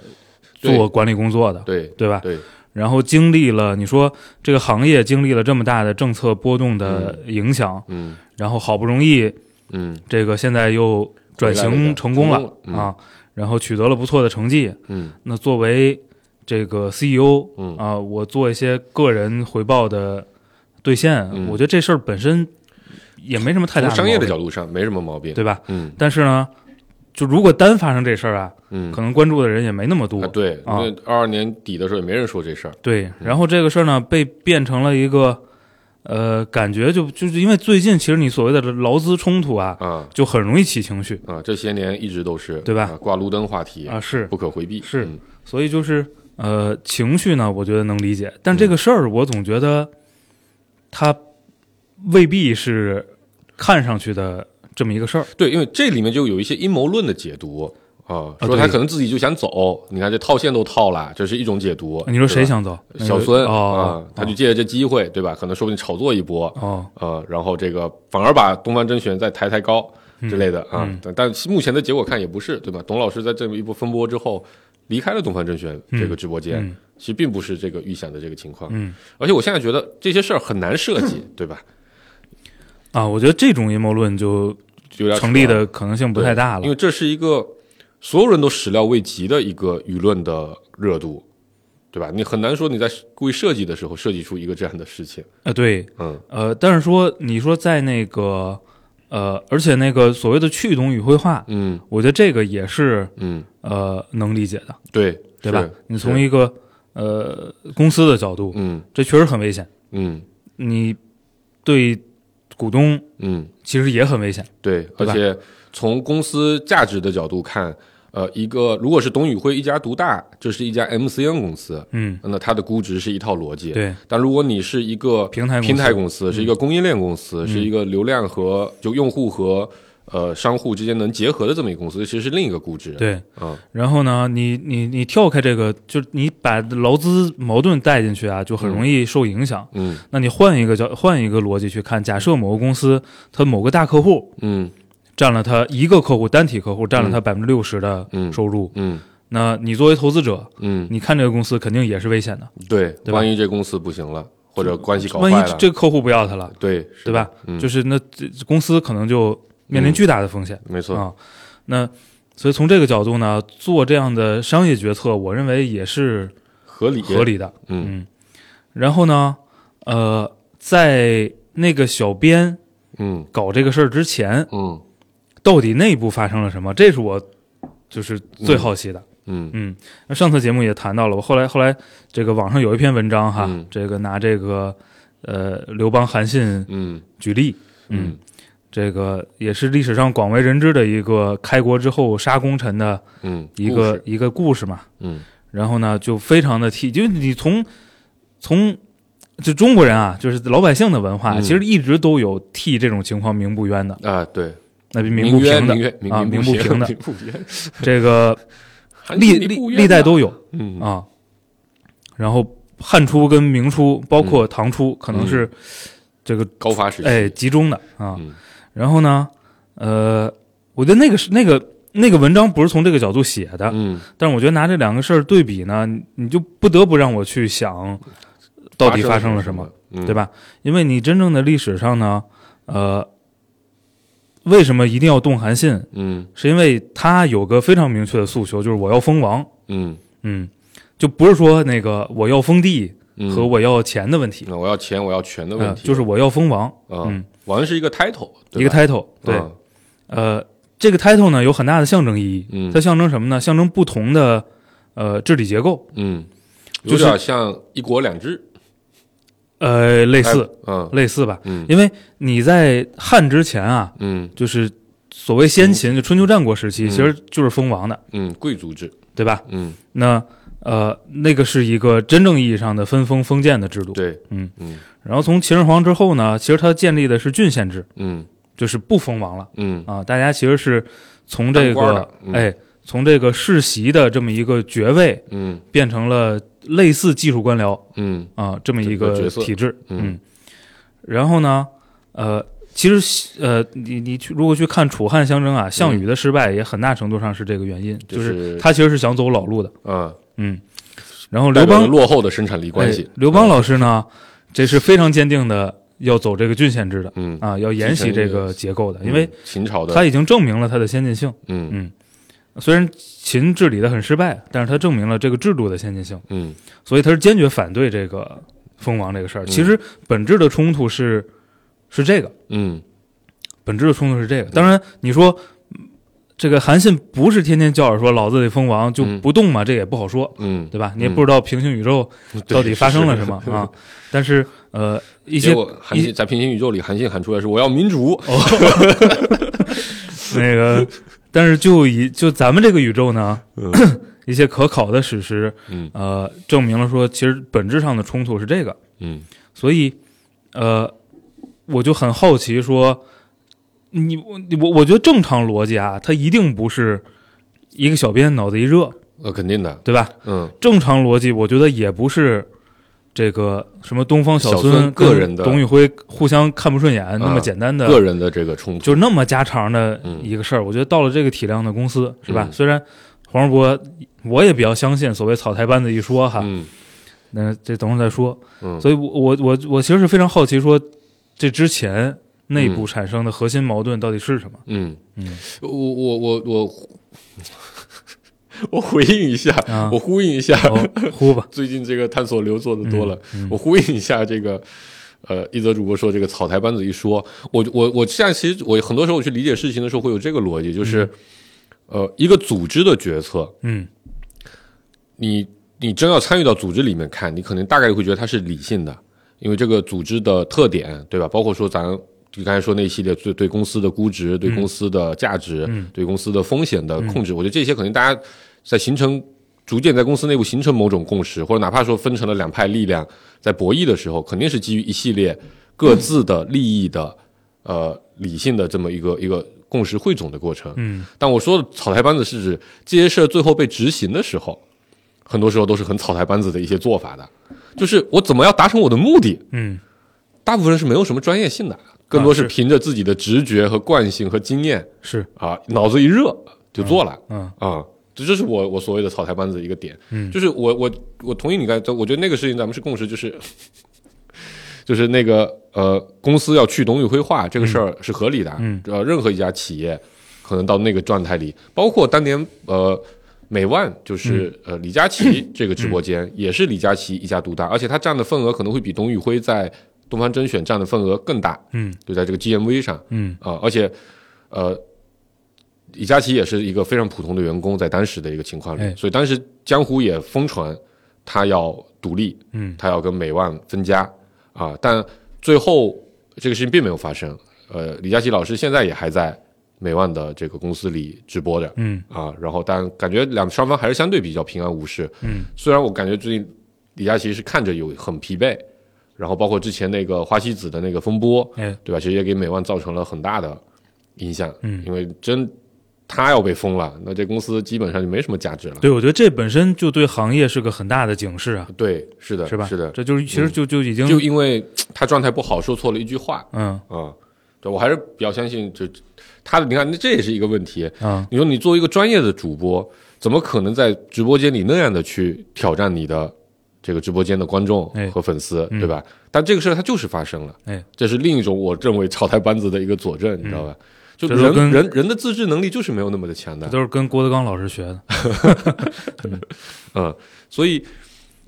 Speaker 4: 对
Speaker 3: 做管理工作的，
Speaker 4: 对
Speaker 3: 对吧？
Speaker 4: 对，
Speaker 3: 然后经历了你说这个行业经历了这么大的政策波动的影响，
Speaker 4: 嗯
Speaker 3: 然后好不容易
Speaker 4: 嗯
Speaker 3: 这个现在又转
Speaker 4: 回来了
Speaker 3: 型成功
Speaker 4: 成
Speaker 3: 了
Speaker 4: 功了嗯
Speaker 3: 啊，然后取得了不错的成绩。
Speaker 4: 嗯
Speaker 3: 那作为这个 CEO
Speaker 4: 嗯
Speaker 3: 啊、我做一些个人回报的兑现，
Speaker 4: 嗯
Speaker 3: 我觉得这事儿本身也没什么太大
Speaker 4: 从
Speaker 3: 的
Speaker 4: 商业的
Speaker 3: 毛
Speaker 4: 角
Speaker 3: 病
Speaker 4: 度上没什么毛病。
Speaker 3: 对吧？
Speaker 4: 嗯
Speaker 3: 但是呢，就如果单发生这事儿啊，
Speaker 4: 嗯
Speaker 3: 可能关注的人也没那么多。
Speaker 4: 啊，对，嗯
Speaker 3: 啊
Speaker 4: 那二二年底的时候也没人说这事儿。
Speaker 3: 对，然后这个事儿呢，被变成了一个，呃，感觉就就是因为最近其实你所谓的劳资冲突啊，
Speaker 4: 啊
Speaker 3: 就很容易起情绪
Speaker 4: 啊，这些年一直都是
Speaker 3: 对吧
Speaker 4: 啊挂路灯话题
Speaker 3: 啊，，是
Speaker 4: 不，可回避。
Speaker 3: 是
Speaker 4: 嗯
Speaker 3: 所以就是呃，情绪呢，我觉得能理解，但这个事儿我总觉得它未必是看上去的这么一个事儿，
Speaker 4: 对，因为这里面就有一些阴谋论的解读啊，说
Speaker 3: 哦对
Speaker 4: 他可能自己就想走，你看这套现都套了，这是一种解读。
Speaker 3: 你说谁
Speaker 4: 对吧？
Speaker 3: 想走？那个
Speaker 4: 小孙啊
Speaker 3: 哦，，
Speaker 4: 他就借着这机会，对吧？可能说不定炒作一波
Speaker 3: 哦，
Speaker 4: 啊，然后这个反而把东方甄选再抬抬高
Speaker 3: 嗯
Speaker 4: 之类的啊。但但目前的结果看也不是，对吧？董老师在这么一波风波之后离开了东方甄选这个直播间，
Speaker 3: 嗯
Speaker 4: 其实并不是这个预想的这个情况。
Speaker 3: 嗯
Speaker 4: 而且我现在觉得这些事儿很难设
Speaker 3: <laughs>
Speaker 4: 计，对吧？
Speaker 3: 啊，我觉得这种阴谋论就
Speaker 4: 就有点
Speaker 3: 成立
Speaker 4: 扯
Speaker 3: 的可能性不太大
Speaker 4: 对因
Speaker 3: 了
Speaker 4: 为。这是一个所有人都始料未及的一个舆论的热度，对吧？你很难说你在故意设计的时候设计出一个这样的事情，
Speaker 3: 呃，对，
Speaker 4: 嗯
Speaker 3: 呃，但是说你说在那个呃，而且那个所谓的去董宇绘画，
Speaker 4: 嗯
Speaker 3: 我觉得这个也是
Speaker 4: 嗯，
Speaker 3: 呃能理解的，
Speaker 4: 对
Speaker 3: 对吧
Speaker 4: 是？
Speaker 3: 你从
Speaker 4: 是
Speaker 3: 一个呃公司的角度，
Speaker 4: 嗯
Speaker 3: 这确实很危险，
Speaker 4: 嗯
Speaker 3: 你对股东
Speaker 4: 嗯
Speaker 3: 其实也很危险。
Speaker 4: 对，而
Speaker 3: 对吧
Speaker 4: 且从公司价值的角度看，呃，一个如果是董宇辉一家独大，这是一家 MCN 公司，
Speaker 3: 嗯，
Speaker 4: 那它的估值是一套逻辑，
Speaker 3: 对，
Speaker 4: 但如果你是一个
Speaker 3: 平台公司嗯
Speaker 4: 平台公司，是一个供应链公司，是一个流量和就用户和呃商户之间能结合的这么一个公司，其实是另一个估值。，
Speaker 3: 对。
Speaker 4: 嗯
Speaker 3: 然后呢，你你你跳开这个，就是你把劳资矛盾带进去啊，就很容易受影响。
Speaker 4: 嗯
Speaker 3: 那你换一个角，换一个逻辑去看，假设某个公司它某个大客户，
Speaker 4: 嗯
Speaker 3: 占了他一个客户单体客户占了他百分之六十的
Speaker 4: 嗯
Speaker 3: 收入，
Speaker 4: 嗯
Speaker 3: 那你作为投资者，
Speaker 4: 嗯，
Speaker 3: 你看这个公司肯定也是危险的。
Speaker 4: 对，
Speaker 3: 对吧
Speaker 4: 万一这公司不行了，或者关系搞坏
Speaker 3: 万一
Speaker 4: 了，
Speaker 3: 这个客户不要他了，
Speaker 4: 对
Speaker 3: 对吧？
Speaker 4: 嗯
Speaker 3: 就是那这公司可能就面临巨大的风险
Speaker 4: 没错，
Speaker 3: 啊。那所以从这个角度呢，做这样的商业决策，我认为也是
Speaker 4: 合理
Speaker 3: 合，理的。
Speaker 4: 嗯
Speaker 3: 然后呢，呃，在那个小编
Speaker 4: 嗯
Speaker 3: 搞这个事儿之前，
Speaker 4: 嗯
Speaker 3: 到底内部发生了什么？这是我就是最好奇的。
Speaker 4: 嗯嗯
Speaker 3: 嗯，那上次节目也谈到了，我后来后来这个网上有一篇文章哈，
Speaker 4: 嗯
Speaker 3: 这个拿这个呃刘邦韩信
Speaker 4: 嗯
Speaker 3: 举例，嗯，这个也是历史上广为人知的一个开国之后杀功臣的
Speaker 4: 嗯，
Speaker 3: 一
Speaker 4: 故
Speaker 3: 个
Speaker 4: 事
Speaker 3: 一个故事嘛。
Speaker 4: 嗯
Speaker 3: 然后呢，就非常的替，就是你从从就中国人啊，就是老百姓的文化，
Speaker 4: 嗯
Speaker 3: 其实一直都有替这种情况鸣不冤的，
Speaker 4: 啊，对，
Speaker 3: 那鸣
Speaker 4: 鸣
Speaker 3: 不
Speaker 4: 冤
Speaker 3: 平的
Speaker 4: 鸣冤鸣
Speaker 3: 啊，鸣
Speaker 4: 不
Speaker 3: 平的
Speaker 4: 鸣不平，
Speaker 3: 这个
Speaker 4: 韩信
Speaker 3: 历
Speaker 4: 你
Speaker 3: 历
Speaker 4: 不冤
Speaker 3: 历代
Speaker 4: 呐
Speaker 3: 都有。
Speaker 4: 嗯
Speaker 3: 啊，然后汉初跟明初，包括
Speaker 4: 嗯
Speaker 3: 唐初，可能是这个
Speaker 4: 高发时期，
Speaker 3: 哎集中的啊。
Speaker 4: 嗯
Speaker 3: 然后呢，呃，我觉得那个是那个那个文章不是从这个角度写的，
Speaker 4: 嗯，
Speaker 3: 但是我觉得拿这两个事儿对比呢，你你就不得不让我去想到底发生了什么，，
Speaker 4: 嗯
Speaker 3: 对？吧？因为你真正的历史上呢，呃，为什么一定要动韩信？
Speaker 4: 嗯
Speaker 3: 是因为他有个非常明确的诉求，就是我要封王。
Speaker 4: 嗯
Speaker 3: 嗯，就不是说那个我要封地
Speaker 4: 嗯，
Speaker 3: 和我要钱的问题，
Speaker 4: 那我要钱，我要权的问
Speaker 3: 呃
Speaker 4: 题，
Speaker 3: 就是我要封王，
Speaker 4: 啊
Speaker 3: 嗯，
Speaker 4: 王是一个 title，对
Speaker 3: 一个
Speaker 4: 吧
Speaker 3: title，对，
Speaker 4: 嗯
Speaker 3: 呃，这个 title 呢有很大的象征意义，
Speaker 4: 嗯
Speaker 3: 它象征什么呢？象征不同的呃治理结构，
Speaker 4: 嗯，
Speaker 3: 就
Speaker 4: 有
Speaker 3: 是
Speaker 4: 点像一国两制，
Speaker 3: 呃，类
Speaker 4: 类
Speaker 3: 似，
Speaker 4: 嗯
Speaker 3: 类似吧，
Speaker 4: 嗯
Speaker 3: 因为你在汉之前啊，
Speaker 4: 嗯
Speaker 3: 就是所谓先秦，就春秋战国时期，
Speaker 4: 嗯
Speaker 3: 其实就是封王的，
Speaker 4: 嗯，贵族制，
Speaker 3: 对吧？
Speaker 4: 嗯，
Speaker 3: 那呃，那个是一个真正意义上的分封封建的制度。
Speaker 4: 对，
Speaker 3: 嗯
Speaker 4: 嗯
Speaker 3: 然后从秦始皇之后呢，其实他建立的是郡县制，
Speaker 4: 嗯
Speaker 3: 就是不封王了。
Speaker 4: 嗯
Speaker 3: 啊，大家其实是从这
Speaker 4: 当官
Speaker 3: 个
Speaker 4: 的、嗯
Speaker 3: 哎，从这个世袭的这么一个爵位，
Speaker 4: 嗯
Speaker 3: 变成了类似技术官僚
Speaker 4: 嗯
Speaker 3: 啊这么一
Speaker 4: 这个角色
Speaker 3: 体制，
Speaker 4: 嗯
Speaker 3: 嗯。然后呢，呃，其实呃，你你去如果去看楚汉相争啊，项羽的失败也很大程度上是这个原因，
Speaker 4: 嗯就
Speaker 3: 就是他其实是想走老路的，
Speaker 4: 啊，
Speaker 3: 嗯。然后
Speaker 4: 代
Speaker 3: 刘
Speaker 4: 表着
Speaker 3: 邦
Speaker 4: 落后的生产力关
Speaker 3: 哎
Speaker 4: 系，嗯
Speaker 3: 刘邦老师呢，这是非常坚定的要走这个郡县制的
Speaker 4: 嗯
Speaker 3: 啊，要沿
Speaker 4: 继承
Speaker 3: 袭这
Speaker 4: 这个
Speaker 3: 个结构的，
Speaker 4: 嗯
Speaker 3: 因为
Speaker 4: 秦朝的
Speaker 3: 他已经证明了他的先进性。
Speaker 4: 嗯
Speaker 3: 嗯，虽然秦治理的很失败，但是他证明了这个制度的先进性，
Speaker 4: 嗯
Speaker 3: 所以他是坚决反对这个封王这个事儿。其实本质的冲突是是这个，
Speaker 4: 嗯
Speaker 3: 本质的冲突是这个。当然，你说嗯这个韩信不是天天叫着说老子得封王就
Speaker 4: 嗯
Speaker 3: 不动嘛，这也不好说。
Speaker 4: 嗯，
Speaker 3: 对吧？你也
Speaker 4: 嗯
Speaker 3: 不知道平行宇宙到底发生了什么
Speaker 4: 是是
Speaker 3: 啊？但是呃，一
Speaker 4: 结
Speaker 3: 些
Speaker 4: 果韩信在平行宇宙里，韩信喊出来是我要民主，
Speaker 3: <laughs> 那个，但是就以就咱们这个宇宙呢， <coughs> 一些可考的史实，
Speaker 4: 嗯
Speaker 3: 呃，证明了说，其实本质上的冲突是这个，
Speaker 4: 嗯
Speaker 3: 所以，呃，我就很好奇说，你我我我觉得正常逻辑啊，它一定不是一个小编脑子一热，
Speaker 4: 呃，肯定的，
Speaker 3: 对吧？
Speaker 4: 嗯
Speaker 3: 正常逻辑，我觉得也不是这个什么东方
Speaker 4: 小
Speaker 3: 孙
Speaker 4: 孙个人的啊
Speaker 3: 跟董宇辉互相看不顺眼、那么简单的
Speaker 4: 个人的这个冲突，
Speaker 3: 就那么家常的一个事儿，我觉得到了这个体量的公司，是吧？
Speaker 4: 嗯
Speaker 3: 虽然黄世博，我也比较相信所谓草台班子一说哈，
Speaker 4: 嗯
Speaker 3: 那这等会儿再说。
Speaker 4: 嗯
Speaker 3: 所以我，我我我其实是非常好奇说，这之前内部产生的核心矛盾到底是什么？
Speaker 4: 嗯
Speaker 3: 嗯，
Speaker 4: 我我我我 <laughs> 我回应一下
Speaker 3: 啊，
Speaker 4: 我呼应一下，
Speaker 3: 哦，呼吧，
Speaker 4: 最近这个探索流做的多了，
Speaker 3: 嗯嗯
Speaker 4: 我呼应一下这个。呃，一则主播说这个草台班子一说，我我我现在其实我很多时候我去理解事情的时候会有这个逻辑，就是，呃，一个组织的决策，
Speaker 3: 嗯
Speaker 4: 你你真要参与到组织里面看，你可能大概率会觉得它是理性的，因为这个组织的特点，对吧？包括说咱就刚才说那一系列对对公司的估值、
Speaker 3: 嗯
Speaker 4: 对公司的价值、对公司的风险的控制，我觉得这些可能大家在形成。逐渐在公司内部形成某种共识，或者哪怕说分成了两派力量，在博弈的时候，肯定是基于一系列各自的利益的、呃理性的这么一个一个共识汇总的过程。
Speaker 3: 嗯
Speaker 4: 但我说的草台班子是指这些事儿最后被执行的时候，很多时候都是很草台班子的一些做法的，就是我怎么样达成我的目的，
Speaker 3: 嗯啊
Speaker 4: 大部分人是没有什么专业性的，更多是
Speaker 3: 是
Speaker 4: 凭着自己的直觉和惯性和经验
Speaker 3: 是
Speaker 4: 啊，脑子一热就做了
Speaker 3: 嗯
Speaker 4: 啊。这这是我我所谓的草台班子的一个点，
Speaker 3: 嗯
Speaker 4: 就是我我我同意你刚才，我觉得那个事情咱们是共识，就是就是那个呃，公司要去董宇辉化这个事儿是合理的，
Speaker 3: 嗯
Speaker 4: 呃，任何一家企业可能到那个状态里，包括当年呃美万就是、
Speaker 3: 嗯
Speaker 4: 呃李佳琦
Speaker 3: <clears throat>
Speaker 4: 这个直播间、也是李佳琦一家独大，而且他占的份额可能会比董宇辉在东方甄选占的份额更大，
Speaker 3: 嗯
Speaker 4: 就在这个 GMV 上，
Speaker 3: 嗯
Speaker 4: 啊、而且呃，李佳琦也是一个非常普通的员工，在当时的一个情况里，
Speaker 3: 哎
Speaker 4: 所以当时江湖也疯传他要独立，
Speaker 3: 嗯，
Speaker 4: 他要跟美万分家啊，但最后这个事情并没有发生。呃，李佳琦老师现在也还在美万的这个公司里直播着，
Speaker 3: 嗯
Speaker 4: 啊，然后但感觉两双方还是相对比较平安无事，
Speaker 3: 嗯，
Speaker 4: 虽然我感觉最近李佳琦是看着有很疲惫，然后包括之前那个花西子的那个风波，
Speaker 3: 哎，
Speaker 4: 对吧？其实也给美万造成了很大的影响，
Speaker 3: 嗯
Speaker 4: 因为真他要被封了，那这公司基本上就没什么价值了。
Speaker 3: 对，我觉得这本身就对行业是个很大的警示啊，
Speaker 4: 对，是的，
Speaker 3: 是吧？
Speaker 4: 是的，嗯
Speaker 3: 这就是其实就就已经
Speaker 4: 就因为他状态不好，说错了一句话
Speaker 3: 嗯
Speaker 4: 啊、对我还是比较相信就他的。你看，那这也是一个问题。
Speaker 3: 啊
Speaker 4: 你说你作为一个专业的主播，怎么可能在直播间里那样的去挑战你的这个直播间的观众
Speaker 3: 哎
Speaker 4: 和粉丝，
Speaker 3: 嗯
Speaker 4: 对吧？但这个事儿它就是发生了，
Speaker 3: 哎，
Speaker 4: 这是另一种我认为草台班子的一个佐证，你知道吧？就
Speaker 3: 嗯这都跟
Speaker 4: 人人人的自制能力就是没有那么的强
Speaker 3: 这
Speaker 4: 的，
Speaker 3: 都是跟郭德纲老师学的，
Speaker 4: 嗯，所以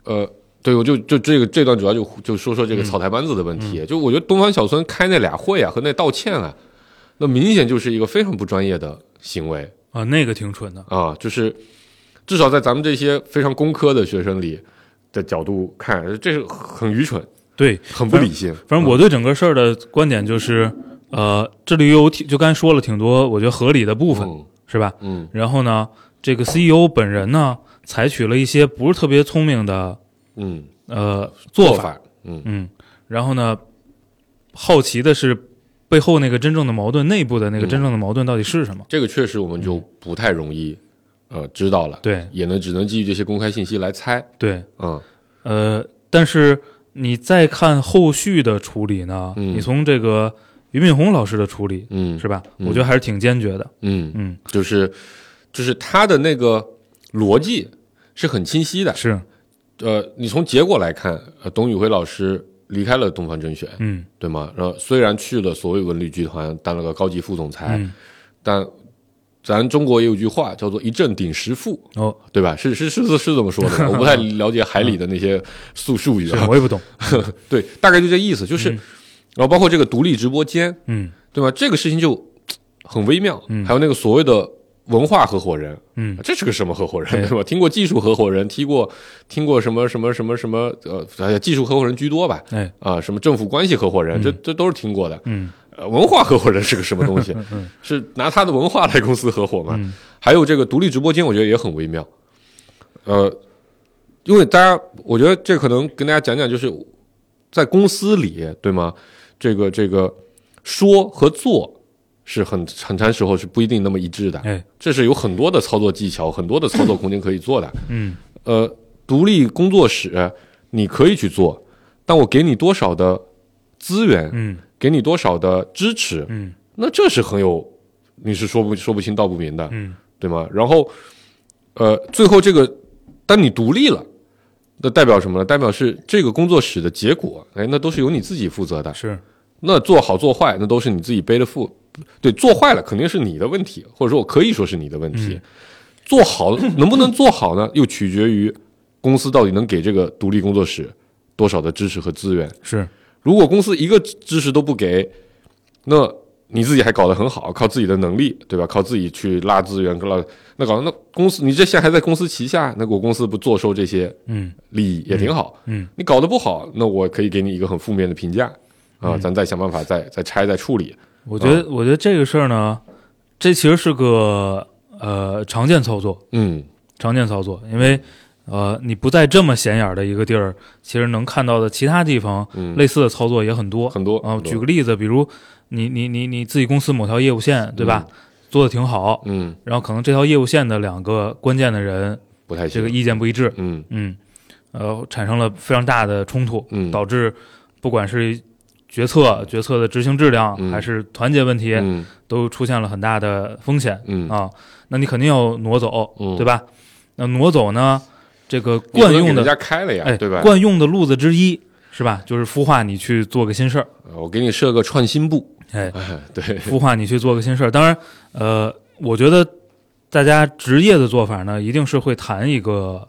Speaker 4: 呃，对我就就这个这段主要就就说说这
Speaker 3: 嗯
Speaker 4: 个草台班子的问题，就我觉得东方小孙开那俩会啊和那道歉啊，那明显就是一个非常不专业的行为，
Speaker 3: 啊，那个挺蠢的，
Speaker 4: 啊，就是至少在咱们这些非常工科的学生里的角度看，这是很愚蠢、
Speaker 3: 对，
Speaker 4: 很不理性。
Speaker 3: 反正我对整个事儿的观点就是，呃，这里有挺就刚才说了挺多，我觉得合理的部分、
Speaker 4: 嗯
Speaker 3: 是吧？
Speaker 4: 嗯
Speaker 3: 然后呢，这个 CEO 本人呢，采取了一些不是特别聪明的
Speaker 4: 嗯，
Speaker 3: 呃做法，
Speaker 4: 法，嗯
Speaker 3: 嗯，然后呢，好奇的是背后那个真正的矛盾，内部的那个真正的矛盾到底是什么？
Speaker 4: 这个确实我们就
Speaker 3: 嗯
Speaker 4: 不太容易呃知道了，
Speaker 3: 对
Speaker 4: 也能只能基于这些公开信息来猜。
Speaker 3: 对，
Speaker 4: 嗯
Speaker 3: 呃，但是你再看后续的处理呢，
Speaker 4: 嗯
Speaker 3: 你从这个俞敏洪老师的处理、
Speaker 4: 嗯
Speaker 3: 是吧？
Speaker 4: 嗯
Speaker 3: 我觉得还是挺坚决的，
Speaker 4: 嗯，
Speaker 3: 嗯，
Speaker 4: 就是就是他的那个逻辑是很清晰的。
Speaker 3: 是，
Speaker 4: 呃，你从结果来看，呃，董宇辉老师离开了东方甄选，
Speaker 3: 嗯
Speaker 4: 对吗？然后虽然去了所谓文旅集团当了个高级副总裁，
Speaker 3: 嗯，
Speaker 4: 但咱中国也有句话叫做“一政顶十富
Speaker 3: 哦，”，
Speaker 4: 对吧？是是是是是这么说
Speaker 3: <laughs>
Speaker 4: 的，我不太了解海里的那些术术语
Speaker 3: 是
Speaker 4: 啊。
Speaker 3: 我也嗯不懂，
Speaker 4: 对，大概就这意思，就是，然后包括这个独立直播间，
Speaker 3: 嗯
Speaker 4: 对吧？这个事情就嘖很微妙。
Speaker 3: 嗯
Speaker 4: 还有那个所谓的文化合伙人，
Speaker 3: 嗯 <laughs>
Speaker 4: 这是个什么合伙人
Speaker 3: 哎，
Speaker 4: 对吧？听过技术合伙人，听过听过什么什么什么什么呃，哎呀技术合伙人居多吧？
Speaker 3: 哎
Speaker 4: 啊，什么政府关系合伙人，这这都是听过的。
Speaker 3: 嗯
Speaker 4: 呃，文化合伙人是个什么东西？是拿他的文化来公司合伙吗？还有这个独立直播间，我觉得也很微妙。呃，因为大家，我觉得这可能跟大家讲讲，就是在公司里，对吗？这个这个说和做是很很长时候是不一定那么一致的，
Speaker 3: 哎
Speaker 4: 这是有很多的操作技巧，很多的操作空间可以做的。
Speaker 3: 嗯
Speaker 4: 呃，独立工作室你可以去做，但我给你多少的资源，
Speaker 3: 嗯
Speaker 4: 给你多少的支持，
Speaker 3: 嗯
Speaker 4: 那这是很有，你是说不说不清道不明的，
Speaker 3: 嗯
Speaker 4: 对吗？然后，呃，最后这个，当你独立了，那代表什么呢？代表是这个工作室的结果，哎，那都是由你自己负责的。
Speaker 3: 是
Speaker 4: 那做好做坏，那都是你自己背的负。对，做坏了肯定是你的问题，或者说我可以说是你的问题。做好能不能做好呢？又取决于公司到底能给这个独立工作室多少的支持和资源。
Speaker 3: 是
Speaker 4: 如果公司一个支持都不给，那你自己还搞得很好，靠自己的能力，对吧？靠自己去拉资源，拉那搞那公司，你这现在还在公司旗下，那我公司不坐收这些
Speaker 3: 嗯
Speaker 4: 利益也挺好。
Speaker 3: 嗯
Speaker 4: 你搞得不好，那我可以给你一个很负面的评价啊，
Speaker 3: 嗯
Speaker 4: 咱再想办法再再拆再处理。
Speaker 3: 我觉得，我觉得这个事儿呢，这其实是个呃常见操作，
Speaker 4: 嗯
Speaker 3: 常见操作，因为呃你不在这么显眼儿的一个地儿，其实能看到的其他地方
Speaker 4: 嗯，
Speaker 3: 类似的操作也很多
Speaker 4: 很多
Speaker 3: 啊。
Speaker 4: 很多
Speaker 3: 举个例子，比如你你你你自己公司某条业务线对吧，做的挺好，
Speaker 4: 嗯
Speaker 3: 然后可能这条业务线的两个关键的人
Speaker 4: 不太行。
Speaker 3: 这个意见不一致，
Speaker 4: 嗯
Speaker 3: 嗯，呃，产生了非常大的冲突，
Speaker 4: 嗯
Speaker 3: 导致不管是决策、决策的执行质量，
Speaker 4: 嗯
Speaker 3: 还是团结问题，
Speaker 4: 嗯
Speaker 3: 都出现了很大的风险、
Speaker 4: 嗯，
Speaker 3: 啊。那你肯定要挪走，
Speaker 4: 嗯
Speaker 3: 对吧？那挪走呢，这个
Speaker 4: 你不
Speaker 3: 惯
Speaker 4: 能
Speaker 3: 用
Speaker 4: 给人
Speaker 3: 的
Speaker 4: 家开了呀，
Speaker 3: 哎，
Speaker 4: 对吧？
Speaker 3: 惯用的路子之一是吧？就是孵化你去做个新事儿，
Speaker 4: 啊我给你设个创新部，
Speaker 3: 哎，
Speaker 4: 哎，对，
Speaker 3: 孵化你去做个新事儿。当然，呃，我觉得大家职业的做法呢，一定是会谈一个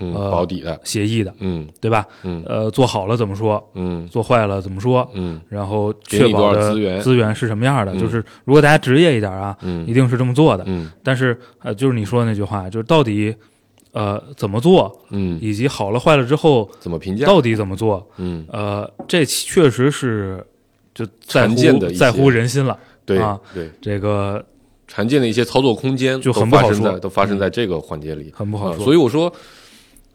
Speaker 4: 嗯，
Speaker 3: 呃
Speaker 4: 保底的，
Speaker 3: 协议的，
Speaker 4: 嗯
Speaker 3: 对吧？
Speaker 4: 嗯
Speaker 3: 呃，做好了怎么说？
Speaker 4: 嗯
Speaker 3: 做坏了怎么说？
Speaker 4: 嗯
Speaker 3: 然后
Speaker 4: 给你
Speaker 3: 确保
Speaker 4: 多少
Speaker 3: 的
Speaker 4: 资源
Speaker 3: 资源是什么样的？
Speaker 4: 嗯
Speaker 3: 就是如果大家职业一点啊，一
Speaker 4: 嗯
Speaker 3: 定是这么做的。
Speaker 4: 嗯
Speaker 3: 但是呃，就是你说的那句话，就是到底呃怎么做，
Speaker 4: 嗯，
Speaker 3: 以及好了坏了之后
Speaker 4: 怎么评价？
Speaker 3: 到底怎么做，
Speaker 4: 嗯，
Speaker 3: 呃，这确实是就在
Speaker 4: 常见的
Speaker 3: 乎
Speaker 4: 一些
Speaker 3: 在乎人心了。
Speaker 4: 对
Speaker 3: 啊
Speaker 4: 对，
Speaker 3: 这个
Speaker 4: 常见的一些操作空间
Speaker 3: 就
Speaker 4: 都
Speaker 3: 很不
Speaker 4: 发
Speaker 3: 好
Speaker 4: 生在
Speaker 3: 说嗯
Speaker 4: 都发生在这个环节里，
Speaker 3: 很不好
Speaker 4: 啊
Speaker 3: 说
Speaker 4: 所以我说，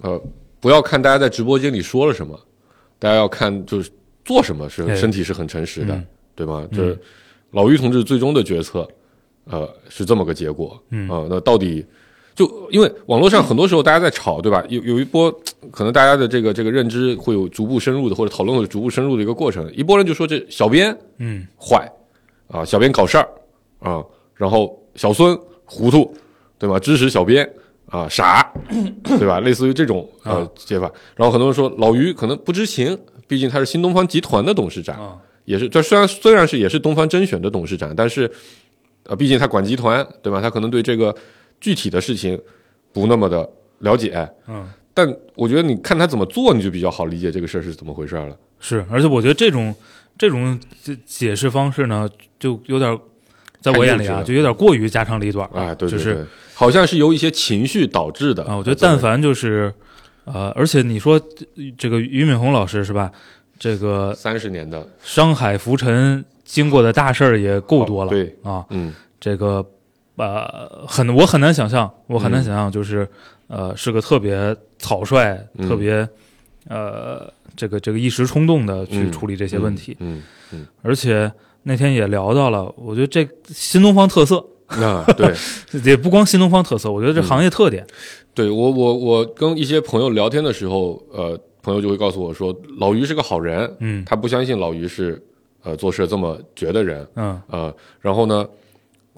Speaker 4: 呃，不要看大家在直播间里说了什么，大家要看就是做什么是
Speaker 3: 哎
Speaker 4: 身体是很诚实的，
Speaker 3: 嗯
Speaker 4: 对吗？这老于同志最终的决策，呃，是这么个结果。
Speaker 3: 嗯
Speaker 4: 啊、那到底就因为网络上很多时候大家在吵，对吧？有有一波可能大家的这个这个认知会有逐步深入的，或者讨论会有逐步深入的一个过程。一波人就说这小编
Speaker 3: 嗯
Speaker 4: 坏啊，小编搞事儿啊，然后小孙糊涂，对吧？支持小编啊，傻，对吧？类似于这种呃
Speaker 3: 啊
Speaker 4: 解法。然后很多人说老于可能不知情，毕竟他是新东方集团的董事长，
Speaker 3: 啊
Speaker 4: 也是这虽然虽然是也是东方甄选的董事长，但是呃，毕竟他管集团，对吧？他可能对这个具体的事情不那么的了解。
Speaker 3: 嗯
Speaker 4: 但我觉得你看他怎么做，你就比较好理解这个事儿是怎么回事儿了。
Speaker 3: 是，而且我觉得这种这种解解释方式呢，就有点儿在我眼里
Speaker 4: 太幼稚
Speaker 3: 啊，
Speaker 4: 了
Speaker 3: 就有点过于家长里短了
Speaker 4: 啊，对对
Speaker 3: 就
Speaker 4: 对，
Speaker 3: 是
Speaker 4: 好像是由一些情绪导致的
Speaker 3: 啊，我觉得但凡就是呃，而且你说这个俞敏洪老师是吧？这个
Speaker 4: 三十年的，
Speaker 3: 商海浮沉经过的大事儿也够多了，
Speaker 4: 哦对
Speaker 3: 啊，
Speaker 4: 嗯
Speaker 3: 这个呃，很我很难想象，我
Speaker 4: 嗯
Speaker 3: 很难想象，就是、呃，是个特别草率、
Speaker 4: 嗯
Speaker 3: 特别呃，这个这个一时冲动的去
Speaker 4: 嗯
Speaker 3: 处理这些问题， <laughs>
Speaker 4: 嗯，
Speaker 3: 而且那天也聊到了，我觉得这新东方特色
Speaker 4: 那对
Speaker 3: 也不光新东方特色，我觉得
Speaker 4: 嗯
Speaker 3: 这行业特点，
Speaker 4: 对，我我我跟一些朋友聊天的时候，呃，朋友就会告诉我说，老于是个好人，
Speaker 3: 嗯
Speaker 4: 他不相信老于是呃做事这么绝的人，
Speaker 3: 嗯
Speaker 4: 呃，然后呢，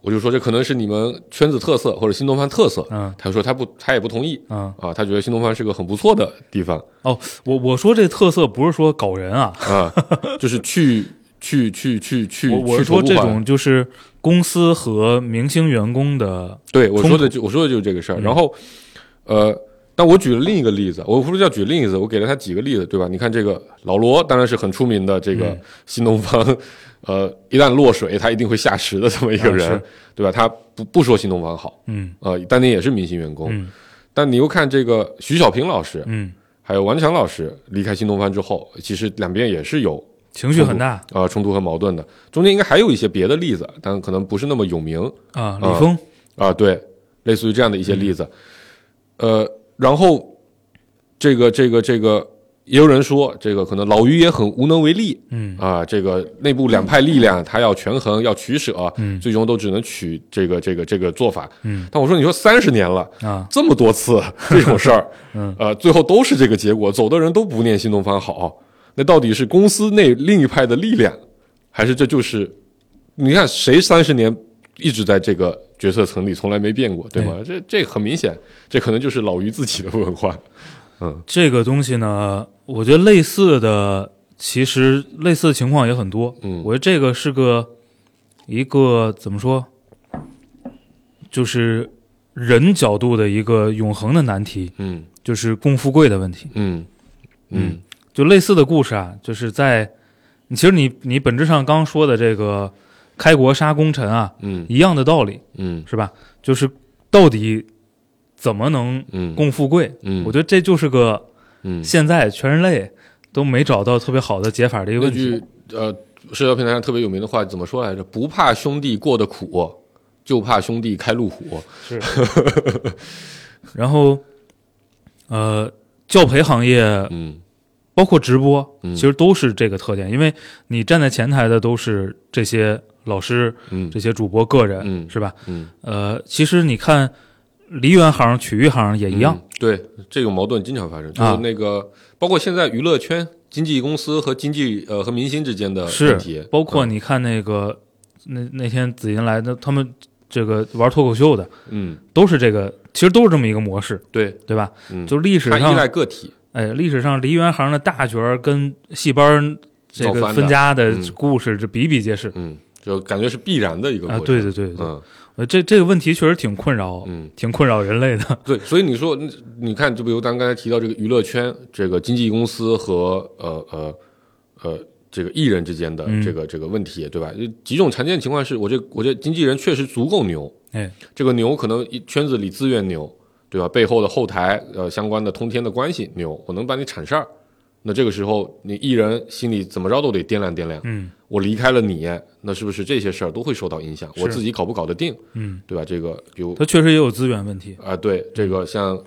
Speaker 4: 我就说这可能是你们圈子特色或者新东方特色，
Speaker 3: 嗯
Speaker 4: 他说他不他也不同意
Speaker 3: 嗯，
Speaker 4: 啊，他觉得新东方是个很不错的地方
Speaker 3: 哦，我我说这特色不是说搞人啊，
Speaker 4: 啊， <laughs> 就是去去去去去，
Speaker 3: 我我
Speaker 4: 去
Speaker 3: 是说
Speaker 4: 头部
Speaker 3: 这
Speaker 4: 化
Speaker 3: 种就是公司和明星员工的，
Speaker 4: 对，我
Speaker 3: 冲嗯
Speaker 4: 说的就我说的就是这个事儿。然后，呃，但我举了另一个例子，我不是要举另一个例子，我给了他几个例子，对吧？你看这个老罗，当然是很出名的这
Speaker 3: 嗯
Speaker 4: 个新东方，呃，一旦落水，他一定会下池的这么一个
Speaker 3: 啊
Speaker 4: 人，
Speaker 3: 是
Speaker 4: 对吧？他不不说新东方好，
Speaker 3: 嗯
Speaker 4: 呃，当年也是明星员工，
Speaker 3: 嗯
Speaker 4: 但你又看这个徐小平老师，
Speaker 3: 嗯，
Speaker 4: 还有王强老师离开新东方之后，其实两边也是有
Speaker 3: 情绪很大
Speaker 4: 呃冲突和矛盾的，中间应该还有一些别的例子，但可能不是那么有名。
Speaker 3: 啊，
Speaker 4: 啊
Speaker 3: 李峰，
Speaker 4: 啊，对，类似于这样的一些例子。
Speaker 3: 嗯
Speaker 4: 呃，然后这个这个这个，也有人说，这个可能老于也很无能为力
Speaker 3: 嗯
Speaker 4: 啊。这个内部两派力量，他要权衡，要取舍，
Speaker 3: 嗯
Speaker 4: 最终都只能取这个这个这个做法。
Speaker 3: 嗯
Speaker 4: 但我说，你说三十年了。
Speaker 3: 啊，
Speaker 4: 这么多 <laughs> 次这种事儿，
Speaker 3: 嗯
Speaker 4: 呃，最后都是这个结果，走的人都不念新东方好，那到底是公司内另一派的力量，还是这就是？你看谁三十年一直在这个决策层里，从来没变过，对吗？这这很明显，这可能就是老于自己的文化。
Speaker 3: 这个东西呢，我觉得类似的，其实类似的情况也很多。
Speaker 4: 嗯
Speaker 3: 我觉得这个是个一个怎么说，就是人角度的一个永恒的难题，
Speaker 4: 嗯
Speaker 3: 就是共富贵的问题。
Speaker 4: 嗯嗯
Speaker 3: 就类似的故事啊，就是在其实你你本质上刚说的这个开国杀功臣啊，
Speaker 4: 嗯
Speaker 3: 一样的道理
Speaker 4: 嗯
Speaker 3: 是吧？就是到底怎么能
Speaker 4: 嗯，
Speaker 3: 共富贵？
Speaker 4: 嗯
Speaker 3: 我觉得这就是个。
Speaker 4: 嗯
Speaker 3: 现在全人类都没找到特别好的解法的一个
Speaker 4: 那
Speaker 3: 问题
Speaker 4: 句呃，社交平台上特别有名的话怎么说来着？不怕兄弟过得苦，就怕兄弟开路虎。
Speaker 3: 然后，呃，教培行业
Speaker 4: 嗯
Speaker 3: 包括直播，
Speaker 4: 嗯
Speaker 3: 其实都是这个特点，因为你站在前台的都是这些老师、
Speaker 4: 嗯
Speaker 3: 这些主播个人，
Speaker 4: 嗯
Speaker 3: 是吧？
Speaker 4: 嗯。
Speaker 3: 呃，其实你看梨园行、曲艺行也一样，
Speaker 4: 嗯对，这种矛盾经常发生，就
Speaker 3: 啊
Speaker 4: 是那个、包括现在娱乐圈经纪公司和经纪呃和明星之间的问题
Speaker 3: 是，包括
Speaker 4: 嗯
Speaker 3: 你看那个、那那天紫金来的他们这个玩脱口秀的，
Speaker 4: 嗯，
Speaker 3: 都是这个，其实都是这么一个模式，
Speaker 4: 对，
Speaker 3: 对吧？
Speaker 4: 嗯，
Speaker 3: 就历史
Speaker 4: 它
Speaker 3: 上
Speaker 4: 依赖个体，
Speaker 3: 哎，历史上梨园行的大角儿跟戏班儿这
Speaker 4: 造
Speaker 3: 个
Speaker 4: 反的
Speaker 3: 分家的
Speaker 4: 嗯
Speaker 3: 故事，这比比皆是。
Speaker 4: 嗯，就感觉是必然的一个过
Speaker 3: 啊，
Speaker 4: 程。
Speaker 3: 对对对对，
Speaker 4: 嗯，
Speaker 3: 呃这这个问题确实挺困扰，
Speaker 4: 嗯
Speaker 3: 挺困扰人类的。
Speaker 4: 对，所以你说，你你看，就比如咱刚才提到这个娱乐圈，这个经纪公司和呃呃呃这个艺人之间的
Speaker 3: 嗯
Speaker 4: 这个、这个问题，对吧？就几种常见情况是，我这我这经纪人确实足够牛，
Speaker 3: 哎，
Speaker 4: 这个牛可能一圈子里资源牛，对吧？背后的后台呃相关的通天的关系牛，我能把你铲事儿。那这个时候，你艺人心里怎么着都得掂量掂量，
Speaker 3: 嗯，
Speaker 4: 我离开了你，那是不是这些事儿都会受到影响？我自己搞不搞得定，
Speaker 3: 嗯，
Speaker 4: 对吧？这个比如
Speaker 3: 它确实也有资源问题。
Speaker 4: 啊，对这个像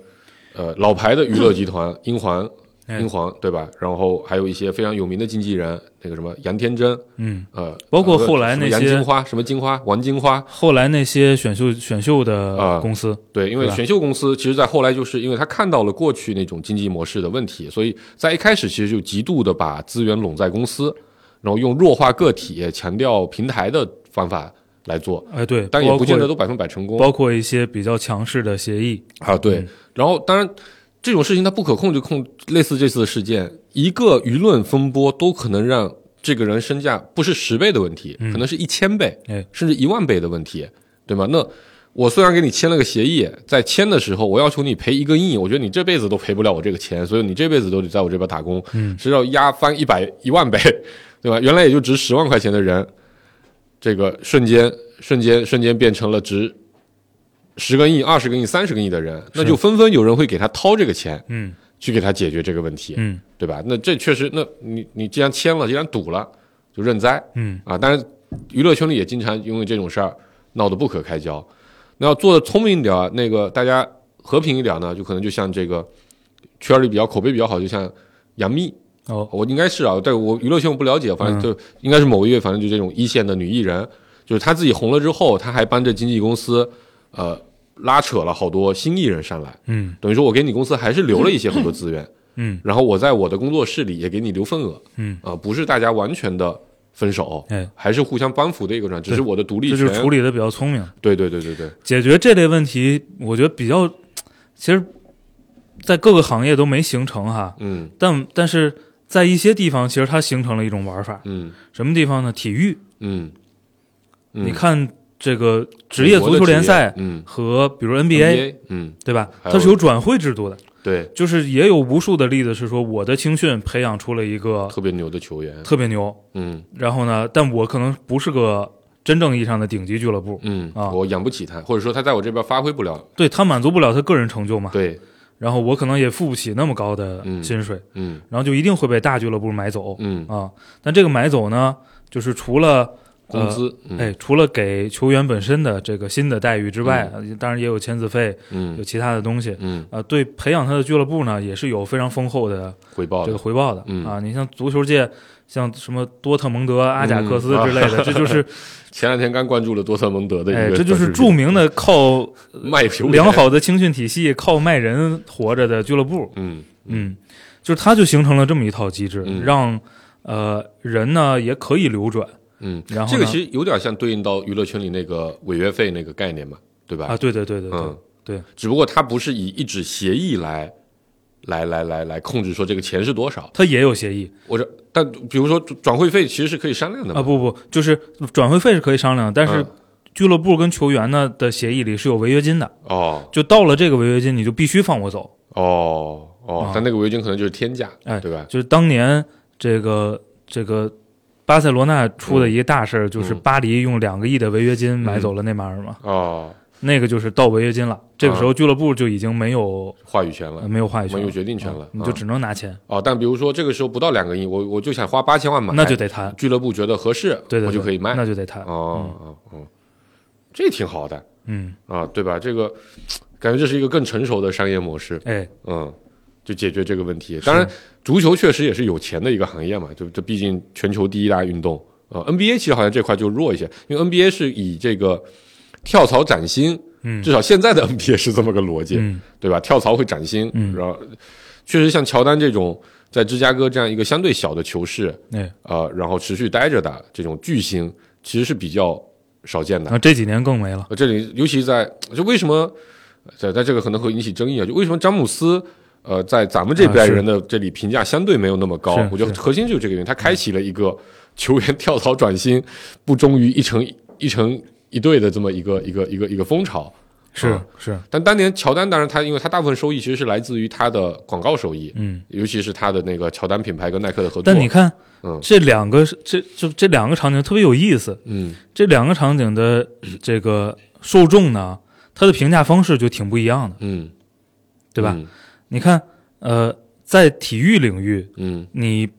Speaker 4: 呃老牌的娱乐
Speaker 3: <coughs>
Speaker 4: 集团英皇，
Speaker 3: 哎
Speaker 4: 英皇对吧？然后还有一些非常有名的经纪人，那个什么杨天真，
Speaker 3: 嗯，
Speaker 4: 呃，
Speaker 3: 包括
Speaker 4: 呃
Speaker 3: 后来
Speaker 4: 什么
Speaker 3: 那
Speaker 4: 杨
Speaker 3: 些
Speaker 4: 金花，什么金花，王金花，
Speaker 3: 后来那些选秀选秀的
Speaker 4: 啊
Speaker 3: 公司，
Speaker 4: 对，因为
Speaker 3: 对吧
Speaker 4: 选秀公司其实，在后来就是因为他看到了过去那种经济模式的问题，所以在一开始其实就极度的把资源拢在公司，然后用弱化个体、强调平台的方法来做，
Speaker 3: 哎，对，
Speaker 4: 但也
Speaker 3: 包
Speaker 4: 不见
Speaker 3: 括
Speaker 4: 得都百分百成功。
Speaker 3: 包括一些比较强势的协议，
Speaker 4: 啊，对。然后当然，这种事情它不可控，就控类似这次的事件，一个舆论风波都可能让这个人身价不是十倍的问题，可能是一千倍，
Speaker 3: 哎
Speaker 4: 甚至一万倍的问题，对吗？那我虽然给你签了个协议，在签的时候我要求你赔一个亿，我觉得你这辈子都赔不了我这个钱，所以你这辈子都得在我这边打工，嗯，是要压翻一百一万倍，对吧？原来也就值十万块钱的人，这个瞬间瞬间瞬间变成了值十个亿、二十个亿、三十个亿的人，那就纷纷有人会给他掏这个钱，
Speaker 3: 嗯
Speaker 4: 去给他解决这个问题，
Speaker 3: 嗯
Speaker 4: 对吧？那这确实，那你你既然签了，既然赌了，就认栽
Speaker 3: 嗯，
Speaker 4: 啊！当然，娱乐圈里也经常因为这种事儿闹得不可开交。那要做的聪明一点，啊，那个大家和平一点呢，就可能就像这个圈里比较口碑比较好，就像杨幂，
Speaker 3: 哦，嗯
Speaker 4: 我应该是啊，但我娱乐圈我不了解，反正就应该是某一位，反正就这种一线的女艺人，就是她自己红了之后，她还帮着经纪公司，呃，拉扯了好多新艺人上来，
Speaker 3: 嗯
Speaker 4: 等于说我给你公司还是留了一些很多资源，
Speaker 3: 嗯，
Speaker 4: 然后我在我的工作室里也给你留份额，
Speaker 3: 嗯
Speaker 4: 啊、不是大家完全的分手，
Speaker 3: 哎
Speaker 4: 还是互相帮扶的一个状态，只是我的独立
Speaker 3: 这
Speaker 4: 权，
Speaker 3: 就是处理的比较聪明。
Speaker 4: 对对对对对，
Speaker 3: 解决这类问题，我觉得比较，其实，在各个行业都没形成哈，
Speaker 4: 嗯
Speaker 3: 但但是在一些地方，其实它形成了一种玩法。
Speaker 4: 嗯
Speaker 3: 什么地方呢？体育，
Speaker 4: 嗯，嗯
Speaker 3: 你看这个职业足球联赛
Speaker 4: 美国的职业嗯
Speaker 3: 和比如 NBA，
Speaker 4: ，NBA，嗯，
Speaker 3: 对吧？
Speaker 4: 还有
Speaker 3: 它是有转会制度的，
Speaker 4: 对，
Speaker 3: 就是也有无数的例子是说，我的青训培养出了一个
Speaker 4: 特别牛的球员，
Speaker 3: 特别牛，
Speaker 4: 嗯
Speaker 3: 然后呢，但我可能不是个真正意义上的顶级俱乐部，
Speaker 4: 嗯，
Speaker 3: 啊
Speaker 4: 我养不起他，或者说他在我这边发挥不了，
Speaker 3: 对他满足不了他个人成就嘛，
Speaker 4: 对，
Speaker 3: 然后我可能也付不起那么高的
Speaker 4: 嗯
Speaker 3: 薪水，
Speaker 4: 嗯
Speaker 3: 然后就一定会被大俱乐部买走、
Speaker 4: 嗯，
Speaker 3: 啊。但这个买走呢，就是除了
Speaker 4: 工资，嗯
Speaker 3: 哎，除了给球员本身的这个新的待遇之外，呃当然也有签字费，有
Speaker 4: 嗯
Speaker 3: 其他的东西。
Speaker 4: 嗯，
Speaker 3: 啊，对，培养他的俱乐部呢，也是有非常丰厚的
Speaker 4: 回报
Speaker 3: 这个
Speaker 4: 的，
Speaker 3: 回报的、
Speaker 4: 嗯
Speaker 3: 啊。你像足球界，像什么多特蒙德、阿贾克斯
Speaker 4: 嗯
Speaker 3: 之类的，这
Speaker 4: <laughs>
Speaker 3: 就是
Speaker 4: 前两天刚关注了多特蒙德的一
Speaker 3: 哎，
Speaker 4: 啊个短视频，呃
Speaker 3: 这就是著名的靠
Speaker 4: 卖球员
Speaker 3: 良，好的青训体系、靠卖人活着的俱乐部。
Speaker 4: 嗯
Speaker 3: 嗯，就是它就形成了这么一套机制，
Speaker 4: 嗯
Speaker 3: 让呃人呢也可以流转
Speaker 4: 嗯，
Speaker 3: 然后
Speaker 4: 这个
Speaker 3: 呢
Speaker 4: 其实有点像对应到娱乐圈里那个违约费那个概念嘛，对吧？
Speaker 3: 啊，对对对对对、
Speaker 4: 嗯
Speaker 3: 对，
Speaker 4: 只不过它不是以一纸协议来。来来来来控制说这个钱是多少，
Speaker 3: 它也有协议
Speaker 4: 我这但比如说转会费其实是可以商量的嘛，
Speaker 3: 啊，不不，就是转会费是可以商量的，但是
Speaker 4: 嗯
Speaker 3: 俱乐部跟球员呢的协议里是有违约金的，
Speaker 4: 哦
Speaker 3: 就到了这个违约金你就必须放我走，
Speaker 4: 哦哦
Speaker 3: 啊，
Speaker 4: 但那个违约金可能就是天价，
Speaker 3: 哎
Speaker 4: 对吧？
Speaker 3: 就是当年这个这个。巴塞罗那出的一个大事儿，就是
Speaker 4: 嗯
Speaker 3: 巴黎用两个亿的违约金买走了内马尔嘛，
Speaker 4: 哦，
Speaker 3: 那个就是到违约金了。这个时候俱乐部就已经没有、
Speaker 4: 话语权了
Speaker 3: 呃，没有话语权
Speaker 4: 啊没
Speaker 3: 了，
Speaker 4: 有决定权
Speaker 3: 啊
Speaker 4: 了，
Speaker 3: 你就
Speaker 4: 嗯
Speaker 3: 只能拿钱，
Speaker 4: 哦，但比如说这个时候不到两个亿，我我就想花八千万买，
Speaker 3: 那就得谈。
Speaker 4: 俱乐部觉得合适，
Speaker 3: 对对，
Speaker 4: 我就
Speaker 3: 对
Speaker 4: 可以卖。
Speaker 3: 那就嗯得谈。
Speaker 4: 哦哦哦，这挺好的
Speaker 3: 嗯，
Speaker 4: 啊，对吧？这个感觉这是一个更成熟的商业模式，
Speaker 3: 哎，
Speaker 4: 嗯，就解决这个问题。当然，足球确实也是有钱的一个行业嘛，就这毕竟全球第一大运动啊、呃 NBA 其实好像这块就弱一些，因为 NBA 是以这个跳槽涨薪，
Speaker 3: 嗯
Speaker 4: 至少现在的 NBA 是这么个逻辑，
Speaker 3: 嗯
Speaker 4: 对吧？跳槽会涨薪，
Speaker 3: 嗯
Speaker 4: 然后确实像乔丹这种在芝加哥这样一个相对小的球市，
Speaker 3: 哎，
Speaker 4: 呃，然后持续待着的这种巨星，其实是比较少见的
Speaker 3: 那。这几年更没了。
Speaker 4: 呃这里尤其在就为什么，在在这个可能会引起争议啊，就为什么詹姆斯。呃，在咱们这
Speaker 3: 啊
Speaker 4: 边
Speaker 3: 是
Speaker 4: 人的这里评价相对没有那么高
Speaker 3: 是，
Speaker 4: 我觉得
Speaker 3: 是
Speaker 4: 核心就是这个原因，他开启了一个 <laughs> 球员跳槽转薪不忠于一成一成一队的这么一个一个一个一个风潮。
Speaker 3: 是
Speaker 4: 啊
Speaker 3: 是，
Speaker 4: 但当年乔丹当然他因为他大部分收益其实是来自于他的广告收益，
Speaker 3: 嗯，
Speaker 4: 尤其是他的那个乔丹品牌跟耐克的合作。
Speaker 3: 但你，看
Speaker 4: 嗯
Speaker 3: 这两个是这就这两个场景特别有意思，
Speaker 4: 嗯，
Speaker 3: 这两个场景的这个受众呢，他的评价方式就挺不一样的，
Speaker 4: 嗯，
Speaker 3: 对吧？
Speaker 4: 嗯？
Speaker 3: 你看，呃，在体育领域，
Speaker 4: 嗯
Speaker 3: 你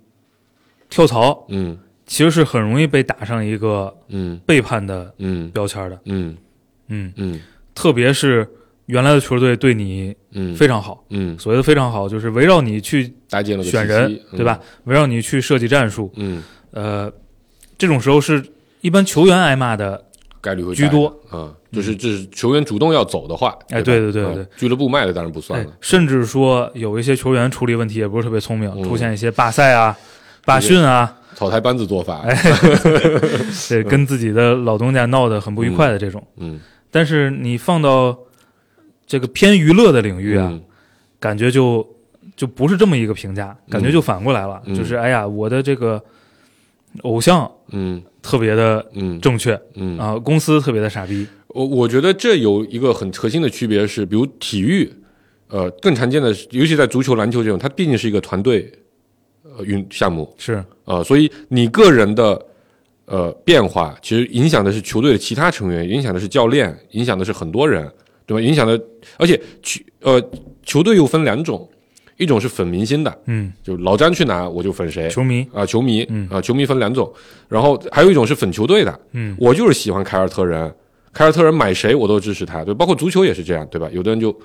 Speaker 3: 跳槽
Speaker 4: 嗯
Speaker 3: 其实是很容易被打上一个
Speaker 4: 嗯
Speaker 3: 背叛的
Speaker 4: 嗯
Speaker 3: 标签的，
Speaker 4: 嗯
Speaker 3: 嗯，
Speaker 4: 嗯
Speaker 3: 特别是原来的球队对你
Speaker 4: 嗯，
Speaker 3: 非常好，
Speaker 4: 嗯
Speaker 3: 所谓的非常好，就是围绕你去
Speaker 4: 搭建了个
Speaker 3: 选
Speaker 4: 体
Speaker 3: 人
Speaker 4: 系，嗯
Speaker 3: 对？吧？围绕你去设计战术，
Speaker 4: 嗯，嗯
Speaker 3: 呃，这种时候是一般球员挨骂的，
Speaker 4: 概率会
Speaker 3: 居多
Speaker 4: 大啊，就是这是球员主动要走的话，
Speaker 3: 哎
Speaker 4: 对
Speaker 3: 对对
Speaker 4: 吧
Speaker 3: 对
Speaker 4: 啊
Speaker 3: 对
Speaker 4: 俱乐部卖的当然不算
Speaker 3: 哎
Speaker 4: 了，，
Speaker 3: 甚至说有一些球员处理问题也不是特别聪明，
Speaker 4: 嗯
Speaker 3: 出现一些罢赛啊、罢训啊，
Speaker 4: 草台班子做法，
Speaker 3: 哎对，跟自己的老东家闹得很不愉快的这种。
Speaker 4: 嗯，
Speaker 3: 但是你放到这个偏娱乐的领域啊，
Speaker 4: 嗯
Speaker 3: 感觉就就不是这么一个评价，感觉就反过来了，
Speaker 4: 嗯
Speaker 3: 就是哎呀，我的这个偶像
Speaker 4: 嗯
Speaker 3: 特别的
Speaker 4: 嗯
Speaker 3: 正确
Speaker 4: 嗯
Speaker 3: 啊、公司特别的傻逼，
Speaker 4: 我我觉得这有一个很核心的区别是，比如体育，呃，更常见的是，尤其在足球、篮球这种，它毕竟是一个团队，呃，运项目
Speaker 3: 是
Speaker 4: 啊、所以你个人的呃变化，其实影响的是球队的其他成员，影响的是教练，影响的是很多人，对吧？影响的，而且球呃球队又分两种，一种是粉明星的，
Speaker 3: 嗯，
Speaker 4: 就老詹去哪我就粉谁，
Speaker 3: 球迷
Speaker 4: 啊，球迷，
Speaker 3: 嗯
Speaker 4: 啊，球迷分两种，然后还有一种是粉球队的，
Speaker 3: 嗯，
Speaker 4: 我就是喜欢凯尔特人，凯尔特人买谁我都支持他，对，包括足球也是这样，对吧？有的人就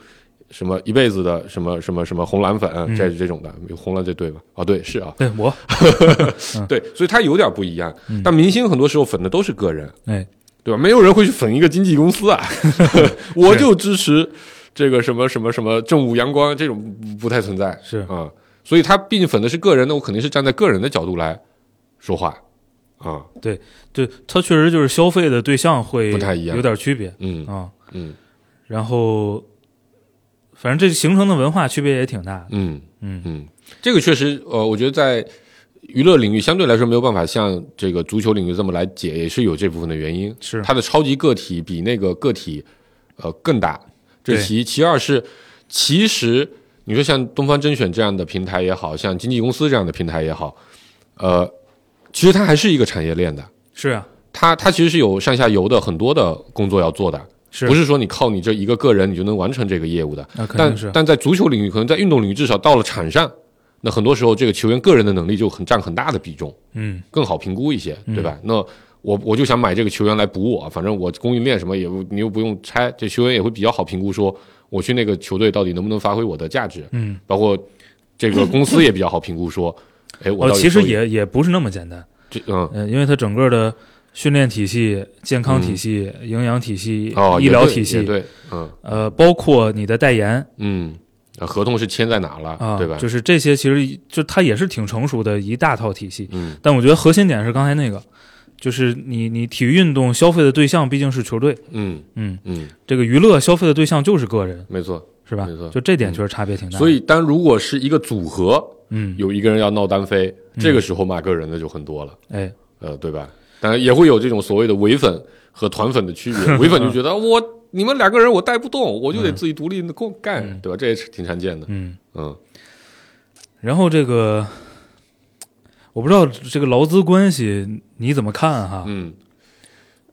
Speaker 4: 什么一辈子的什么什么什么红蓝粉，
Speaker 3: 嗯
Speaker 4: 这这种的，有红蓝这队吧？啊，对，是啊，
Speaker 3: 对哎我
Speaker 4: 对，所以他有点不一样，但明星很多时候粉的都是个人，
Speaker 3: 哎
Speaker 4: 对吧？没有人会去粉一个经纪公司啊，我就支持这个什么什么什么正午阳光这种不太存在
Speaker 3: 是
Speaker 4: 啊、所以他毕竟粉的是个人，那我肯定是站在个人的角度来说话啊，
Speaker 3: 对，它确实就是消费的对象会
Speaker 4: 不太一样
Speaker 3: 有点区别
Speaker 4: 嗯
Speaker 3: 啊。
Speaker 4: 嗯
Speaker 3: 然后，反正这形成的文化区别也挺大的。
Speaker 4: 嗯
Speaker 3: 嗯
Speaker 4: 嗯，这个确实，呃，我觉得在娱乐领域相对来说没有办法像这个足球领域这么来解，也是有这部分的原因，
Speaker 3: 是
Speaker 4: 它的超级个体比那个个体呃更大，这
Speaker 3: 对
Speaker 4: 是其一。其二是，其实你说像东方甄选这样的平台也好像经纪公司这样的平台也好，呃，其实它还是一个产业链的，
Speaker 3: 是啊，
Speaker 4: 它它其实是有上下游的很多的工作要做的。
Speaker 3: 是
Speaker 4: 不是说你靠你这一个个人你就能完成这个业务的？
Speaker 3: 那肯定
Speaker 4: 但
Speaker 3: 是
Speaker 4: 但在足球领域，可能在运动领域，至少到了场上，那很多时候这个球员个人的能力就很占很大的比重。
Speaker 3: 嗯，
Speaker 4: 更好评估一些，对吧？那我我就想买这个球员来补我，反正我供应链什么也不你又不用拆，这球员也会比较好评估说，我去那个球队到底能不能发挥我的价值，
Speaker 3: 嗯，
Speaker 4: 包括这个公司也比较好评
Speaker 3: <coughs>
Speaker 4: 估说，哎，我
Speaker 3: 呃，
Speaker 4: 到底
Speaker 3: 其实
Speaker 4: 收益
Speaker 3: 也也不是那么简单，
Speaker 4: 这嗯。
Speaker 3: 嗯、因为它整个的训练体系、健康体系、营养体系、
Speaker 4: 哦，
Speaker 3: 医
Speaker 4: 也
Speaker 3: 疗
Speaker 4: 对
Speaker 3: 体
Speaker 4: 也
Speaker 3: 系，
Speaker 4: 对，嗯
Speaker 3: 呃，包括你的代言
Speaker 4: 嗯，啊合同是签在哪了，
Speaker 3: 啊，
Speaker 4: 对吧？
Speaker 3: 就是这些，其实就它也是挺成熟的一大套体系。
Speaker 4: 嗯
Speaker 3: 但我觉得核心点是刚才那个，就是你你体育运动消费的对象毕竟是球队，
Speaker 4: 嗯
Speaker 3: 嗯，
Speaker 4: 嗯，
Speaker 3: 这个娱乐消费的对象就是个人，
Speaker 4: 没错。
Speaker 3: 是吧
Speaker 4: 没错？嗯
Speaker 3: 就这点确实差别挺大的。
Speaker 4: 所以，当如果是一个组合，
Speaker 3: 嗯，
Speaker 4: 有一个人要闹单飞，这个时候骂个人的就很多了。
Speaker 3: 哎，
Speaker 4: 呃，对吧？当然也会有这种所谓的伪粉和团粉的
Speaker 3: <laughs>
Speaker 4: 区别。伪粉就觉得啊我你们两个人我带不动，我就得自己独立的共干，对吧？这也是挺常见的。
Speaker 3: 嗯，
Speaker 4: 嗯
Speaker 3: 然后这个我不知道这个劳资关系你怎么看哈？
Speaker 4: 嗯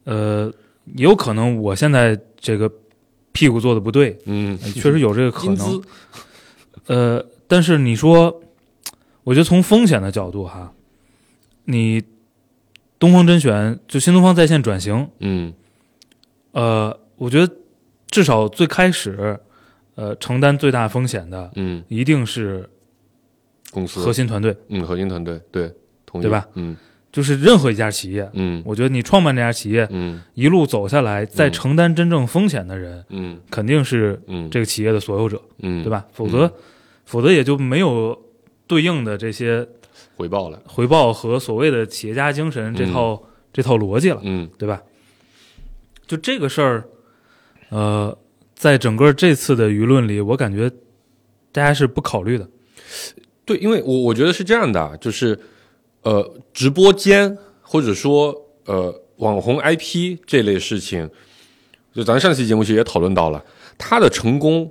Speaker 3: 呃，也有可能我现在这个屁股坐的不
Speaker 4: <laughs>
Speaker 3: 对，
Speaker 4: 嗯，
Speaker 3: 呃确实有这个可
Speaker 4: 薪资
Speaker 3: 能。呃，但是你说，我觉得从风险的角度哈，你东方甄选就新东方在线转型，
Speaker 4: 嗯
Speaker 3: 呃，我觉得至少最开始，呃，承担最大风险的
Speaker 4: 嗯，
Speaker 3: 一定是
Speaker 4: 公司
Speaker 3: 核心团队。
Speaker 4: 嗯核心团队对同意
Speaker 3: 对吧？
Speaker 4: 嗯
Speaker 3: 就是任何一家企业，
Speaker 4: 嗯
Speaker 3: 我觉得你创办这家企业
Speaker 4: 嗯
Speaker 3: 一路走下来，在承担真正风险的人，
Speaker 4: 嗯
Speaker 3: 肯定是
Speaker 4: 嗯，
Speaker 3: 这个企业的所有者，
Speaker 4: 嗯
Speaker 3: 对吧？否则，否则也就没有对应的这些
Speaker 4: 回报了。
Speaker 3: 回报和所谓的企业家精神这套这套逻辑了，
Speaker 4: 嗯
Speaker 3: 对吧？就这个事儿，呃，在整个这次的舆论里，我感觉大家是不考虑的，
Speaker 4: 对，因为我我觉得是这样的啊，就是呃，直播间或者说呃网红 IP 这类事情，就咱上期节目其实也讨论到了，它的成功。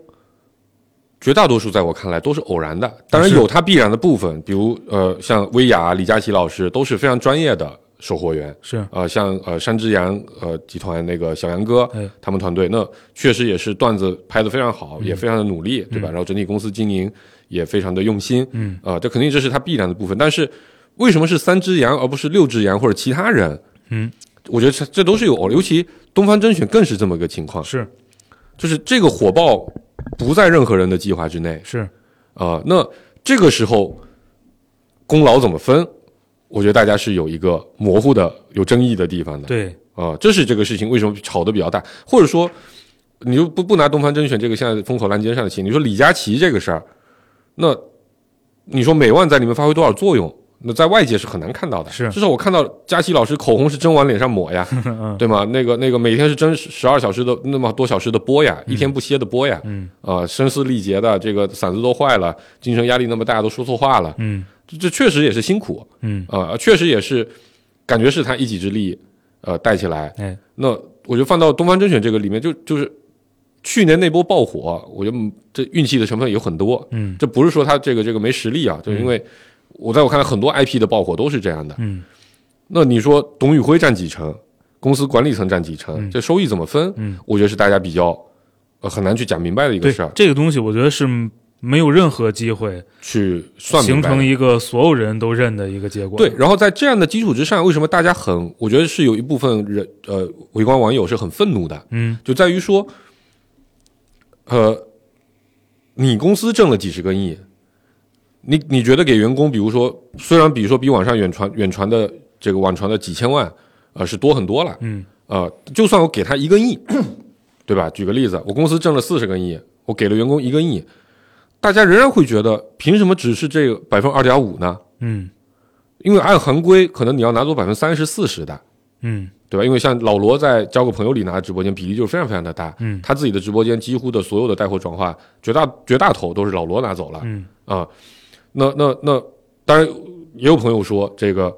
Speaker 4: 绝大多数在我看来都是偶然的，当然有它必然的部分，比如呃，像薇娅、李佳琦老师都是非常专业的售货员，
Speaker 3: 是
Speaker 4: 呃，像呃山之羊呃集团那个小杨哥
Speaker 3: 哎，
Speaker 4: 他们团队，那确实也是段子拍的非常好，
Speaker 3: 嗯
Speaker 4: 也非常的努力，对吧？然后整体公司经营也非常的用心，嗯，啊，这肯定这是它必然的部分。但是为什么是三只羊而不是六只羊或者其他人？
Speaker 3: 嗯，
Speaker 4: 我觉得这这都是有偶，尤其东方甄选更是这么个情况，
Speaker 3: 是
Speaker 4: 就是这个火爆不在任何人的计划之内，
Speaker 3: 是，
Speaker 4: 啊、那这个时候功劳怎么分？我觉得大家是有一个模糊的、有争议的地方的。
Speaker 3: 对，
Speaker 4: 啊、这是这个事情为什么吵得比较大，或者说你就不不拿东方甄选这个现在风口浪尖上的情，你说李佳琦这个事儿，那你说美万在里面发挥多少作用？那在外界是很难看到的，
Speaker 3: 是
Speaker 4: 至少我看到佳琦老师口红是真往脸上
Speaker 3: <laughs>
Speaker 4: 抹呀，
Speaker 3: 嗯
Speaker 4: 对吗？那个那个每天是真十二小时的那么多小时的播呀，一天不歇的播呀，嗯啊、声嘶力竭的，这个嗓子都坏了，精神压力那么大，都说错话了，
Speaker 3: 嗯
Speaker 4: 这这确实也是辛苦，
Speaker 3: 嗯，
Speaker 4: 啊、确实也是感觉是他一己之力呃带起来，
Speaker 3: 哎，
Speaker 4: 那我就放到东方甄选这个里面，就就是去年那波爆火，我觉得嗯这运气的成分有很多。
Speaker 3: 嗯
Speaker 4: 这不是说他这个这个没实力啊，就是因为我在我看来，很多 IP 的爆火都是这样的。
Speaker 3: 嗯，
Speaker 4: 那你说董宇辉占几成，公司管理层占几成，这收益怎么分？
Speaker 3: 嗯，
Speaker 4: 我觉得是大家比较呃很难去讲明白的一个
Speaker 3: 对
Speaker 4: 事儿，，
Speaker 3: 这个东西我觉得是没有任何机会
Speaker 4: 去算明
Speaker 3: 形
Speaker 4: 白
Speaker 3: 成
Speaker 4: 的
Speaker 3: 一个所有人都认的一个结果。
Speaker 4: 对，，然后在这样的基础之上，为什么大家很？我觉得是有一部分人，呃，围观网友是很愤怒的，
Speaker 3: 嗯，
Speaker 4: 就在于说，呃，你公司挣了几十个亿，你你觉得给员工，比如说，虽然比如说比网上远传远传的这个网传的几千万，呃，是多很多了，
Speaker 3: 嗯，
Speaker 4: 呃，就算我给他一个亿， <clears throat> 对吧？举个例子，我公司挣了四十个亿，我给了员工一个亿，大家仍然会觉得，凭什么只是这个百分之二点五呢？
Speaker 3: 嗯
Speaker 4: 因为按行规，可能你要拿走百分之三十四十的，
Speaker 3: 嗯
Speaker 4: 对吧？因为像老罗在交个朋友里拿的直播间比例就是非常非常的大，
Speaker 3: 嗯
Speaker 4: 他自己的直播间几乎的所有的带货转化，绝大绝大头都是老罗拿走了，
Speaker 3: 嗯
Speaker 4: 啊，那那那当然也有朋友说这个，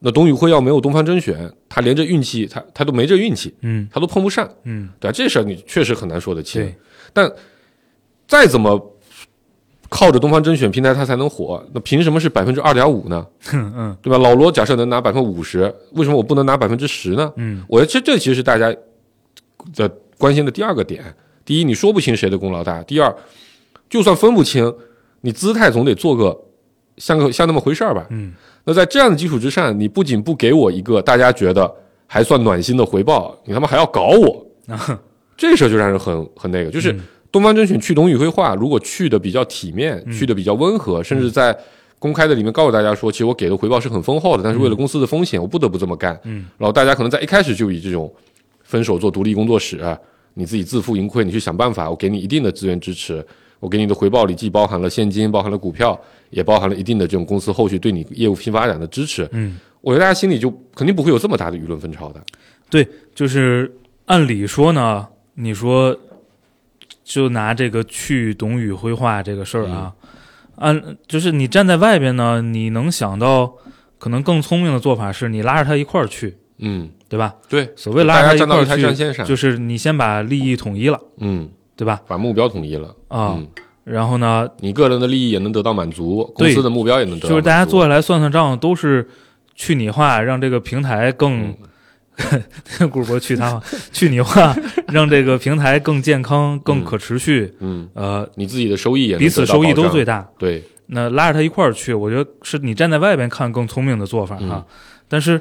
Speaker 4: 那董宇辉要没有东方甄选，他连这运气他他都没这运气，
Speaker 3: 嗯
Speaker 4: 他都碰不上，
Speaker 3: 嗯，
Speaker 4: 对吧？啊这事儿你确实很难说得清
Speaker 3: 对，，
Speaker 4: 但再怎么靠着东方甄选平台他才能火，那凭什么是百分之二点五呢？
Speaker 3: 哼嗯
Speaker 4: 对吧？老罗假设能拿百分之五十，为什么我不能拿百分之十呢？
Speaker 3: 嗯，
Speaker 4: 我觉得这这其实是大家的关心的第二个点。第一，你说不清谁的功劳大；第二，就算分不清，你姿态总得做个像个像那么回事儿吧。
Speaker 3: 嗯，
Speaker 4: 那在这样的基础之上，你不仅不给我一个大家觉得还算暖心的回报，你他妈还要搞我，
Speaker 3: 啊
Speaker 4: <laughs> 这事儿就让人很很那个。就是
Speaker 3: 嗯
Speaker 4: 东方甄选去董宇辉化，如果去的比较体面，
Speaker 3: 嗯
Speaker 4: 去的比较温和，甚至在公开的里面告诉大家说，其实我给的回报是很丰厚的，但是为了公司的风险，我不得不这么干。
Speaker 3: 嗯，
Speaker 4: 然后大家可能在一开始就以这种分手做独立工作室，啊你自己自负盈亏，你去想办法，我给你一定的资源支持。我给你的回报里既包含了现金，包含了股票，也包含了一定的这种公司后续对你业务新发展的支持。
Speaker 3: 嗯，
Speaker 4: 我觉得大家心里就肯定不会有这么大的舆论风潮的。
Speaker 3: 对，就是按理说呢，你说就拿这个去董宇辉化这个事儿啊，
Speaker 4: 嗯
Speaker 3: 按就是你站在外边呢，你能想到可能更聪明的做法是你拉着他一块儿去，
Speaker 4: 嗯，
Speaker 3: 对吧？
Speaker 4: 对，
Speaker 3: 所谓拉着他
Speaker 4: 大家站到
Speaker 3: 块
Speaker 4: 一
Speaker 3: 儿
Speaker 4: 条
Speaker 3: 去，
Speaker 4: 战线上
Speaker 3: 就是你先把利益统一了，
Speaker 4: 嗯，
Speaker 3: 对吧？
Speaker 4: 把目标统一了，
Speaker 3: 啊、
Speaker 4: 嗯
Speaker 3: 然后呢，
Speaker 4: 你个人的利益也能得到满足，公
Speaker 3: 对
Speaker 4: 司的目标也能得到满足，
Speaker 3: 就是大家坐下来算算账，都是去你化，让这个平台更。
Speaker 4: 嗯
Speaker 3: <laughs> 顾主播去他化，去你化，让这个平台更健康、更可持续。
Speaker 4: 嗯，
Speaker 3: 呃，
Speaker 4: 你自己的收益也能
Speaker 3: 彼此
Speaker 4: 得到
Speaker 3: 收益
Speaker 4: 保
Speaker 3: 都
Speaker 4: 障
Speaker 3: 最大。
Speaker 4: 对，
Speaker 3: 那拉着他一块儿去，我觉得是你站在外边看更聪明的做法啊。但是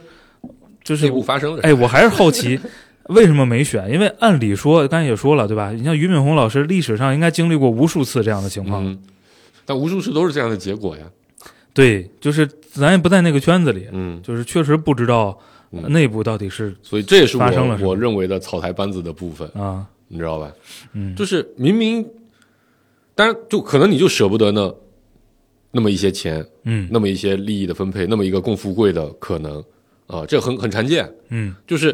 Speaker 3: 就是
Speaker 4: 内嗯部发生了，
Speaker 3: 哎，我还是好奇为什么没选？因为按理说刚才也说了，对吧？你像俞敏洪老师，历史上应该经历过无数次这样的情况。
Speaker 4: 嗯，但无数次都是这样的结果呀，
Speaker 3: 对，就是咱也不在那个圈子里，
Speaker 4: 嗯，
Speaker 3: 就是确实不知道呃
Speaker 4: 嗯
Speaker 3: 内部到底是
Speaker 4: 所以这也是
Speaker 3: 发生了
Speaker 4: 我
Speaker 3: 什么
Speaker 4: 我认为的草台班子的部分，
Speaker 3: 啊，
Speaker 4: 你知道吧？
Speaker 3: 嗯
Speaker 4: 就是明明，当然就可能你就舍不得呢，那么一些钱，
Speaker 3: 嗯
Speaker 4: 那么一些利益的分配，那么一个共富贵的可能啊、这很很常见，
Speaker 3: 嗯
Speaker 4: 就是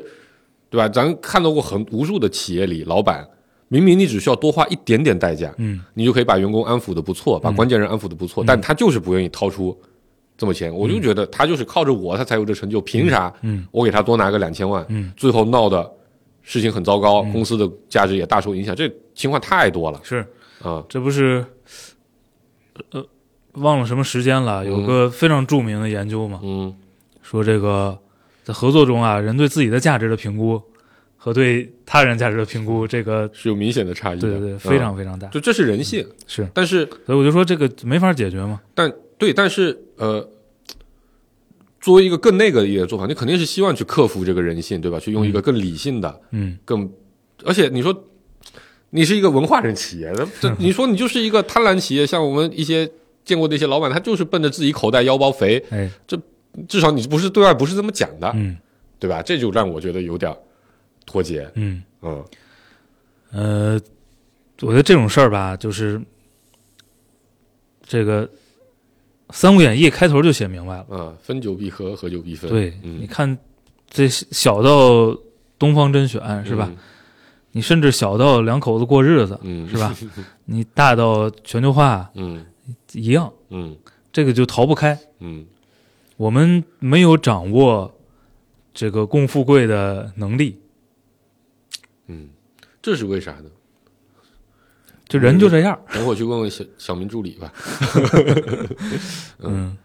Speaker 4: 对吧？咱看到过很无数的企业里，老板明明你只需要多花一点点代价，
Speaker 3: 嗯，
Speaker 4: 你就可以把员工安抚的不错，把关键人安抚的不错，但他就是不愿意掏出这么钱，我就觉得他就是靠着我，他才有这成就，凭啥？
Speaker 3: 嗯，
Speaker 4: 我给他多拿个两千万，
Speaker 3: 嗯，
Speaker 4: 最后闹的事情很糟糕，公司的价值也大受影响，这情况太多了
Speaker 3: 是
Speaker 4: 啊！
Speaker 3: 这不是，呃，忘了什么时间了，有个非常著名的研究嘛，
Speaker 4: 嗯
Speaker 3: 说这个在合作中啊，人对自己的价值的评估和对他人价值的评估，这个
Speaker 4: 是有明显的差异的，
Speaker 3: 对对对，非
Speaker 4: 嗯
Speaker 3: 常非常大，
Speaker 4: 就这是人性，
Speaker 3: 是，
Speaker 4: 但是
Speaker 3: 所以我就说这个没法解决嘛，
Speaker 4: 但对，但是呃，作为一个更那个一点的做法，你肯定是希望去克服这个人性，对吧？去用一个更理性的、
Speaker 3: 嗯，
Speaker 4: 更，而且你说你是一个文化人企业，那
Speaker 3: <laughs>
Speaker 4: 这你说你就是一个贪婪企业，像我们一些见过的一些老板，他就是奔着自己口袋腰包肥，
Speaker 3: 哎，
Speaker 4: 至少你不是对外不是这么讲的，
Speaker 3: 嗯
Speaker 4: 对吧？这就让我觉得有点脱节，
Speaker 3: 嗯
Speaker 4: 嗯
Speaker 3: 呃，我觉得这种事儿吧，就是这个《三国演义》开头就写明白了。
Speaker 4: 啊，分久必合，合久必分，
Speaker 3: 对，你
Speaker 4: 嗯，
Speaker 3: 看这小到东方甄选是吧？你甚至小到两口子过日子
Speaker 4: 嗯？嗯，
Speaker 3: 是吧？你大到全球化
Speaker 4: <laughs> 嗯？
Speaker 3: 一样，
Speaker 4: 嗯
Speaker 3: 这个就逃不开。
Speaker 4: 嗯嗯
Speaker 3: 我们没有掌握这个共富贵的能力，
Speaker 4: 嗯，这是为啥呢？
Speaker 3: 就人就这样。
Speaker 4: 等会儿去问问小小明助理吧， <laughs>
Speaker 3: 嗯，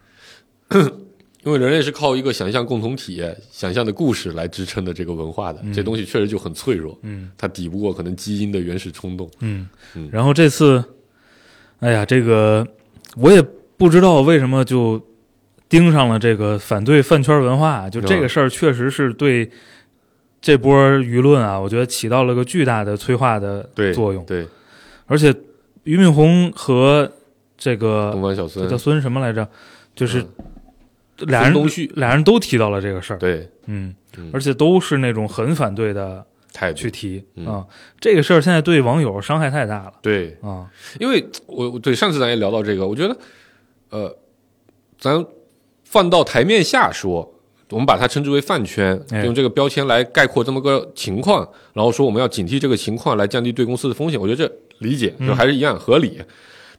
Speaker 4: <coughs> 因为人类是靠一个想象共同体、想象的故事来支撑的这个文化的，这东西确实就很脆弱，
Speaker 3: 嗯，
Speaker 4: 它抵不过可能基因的原始冲动。
Speaker 3: 嗯
Speaker 4: 嗯，
Speaker 3: 然后这次，哎呀，这个我也不知道为什么就盯上了这个反对饭圈文化，就这个事儿确实是对这波舆论啊，我觉得起到了个巨大的催化的
Speaker 4: 对，
Speaker 3: 作用。
Speaker 4: 对，
Speaker 3: 而且俞敏洪和这
Speaker 4: 东
Speaker 3: 个
Speaker 4: 方小
Speaker 3: 呃这
Speaker 4: 孙
Speaker 3: 叫，孙什么来着，就是俩人
Speaker 4: 嗯孙东旭
Speaker 3: 俩人都提到了这个事儿，
Speaker 4: 对，
Speaker 3: 嗯
Speaker 4: 嗯，
Speaker 3: 而且都是那种很反对的
Speaker 4: 态度
Speaker 3: 去，提
Speaker 4: 嗯
Speaker 3: 啊，这个事儿现在对网友伤害太大了
Speaker 4: 对，
Speaker 3: 啊，
Speaker 4: 因为我我对上次咱也聊到这个，我觉得，呃，咱放到台面下说，我们把它称之为饭圈，
Speaker 3: 哎
Speaker 4: 用这个标签来概括这么个情况，然后说我们要警惕这个情况，来降低对公司的风险。我觉得这理解
Speaker 3: 嗯
Speaker 4: 就还是一样合理。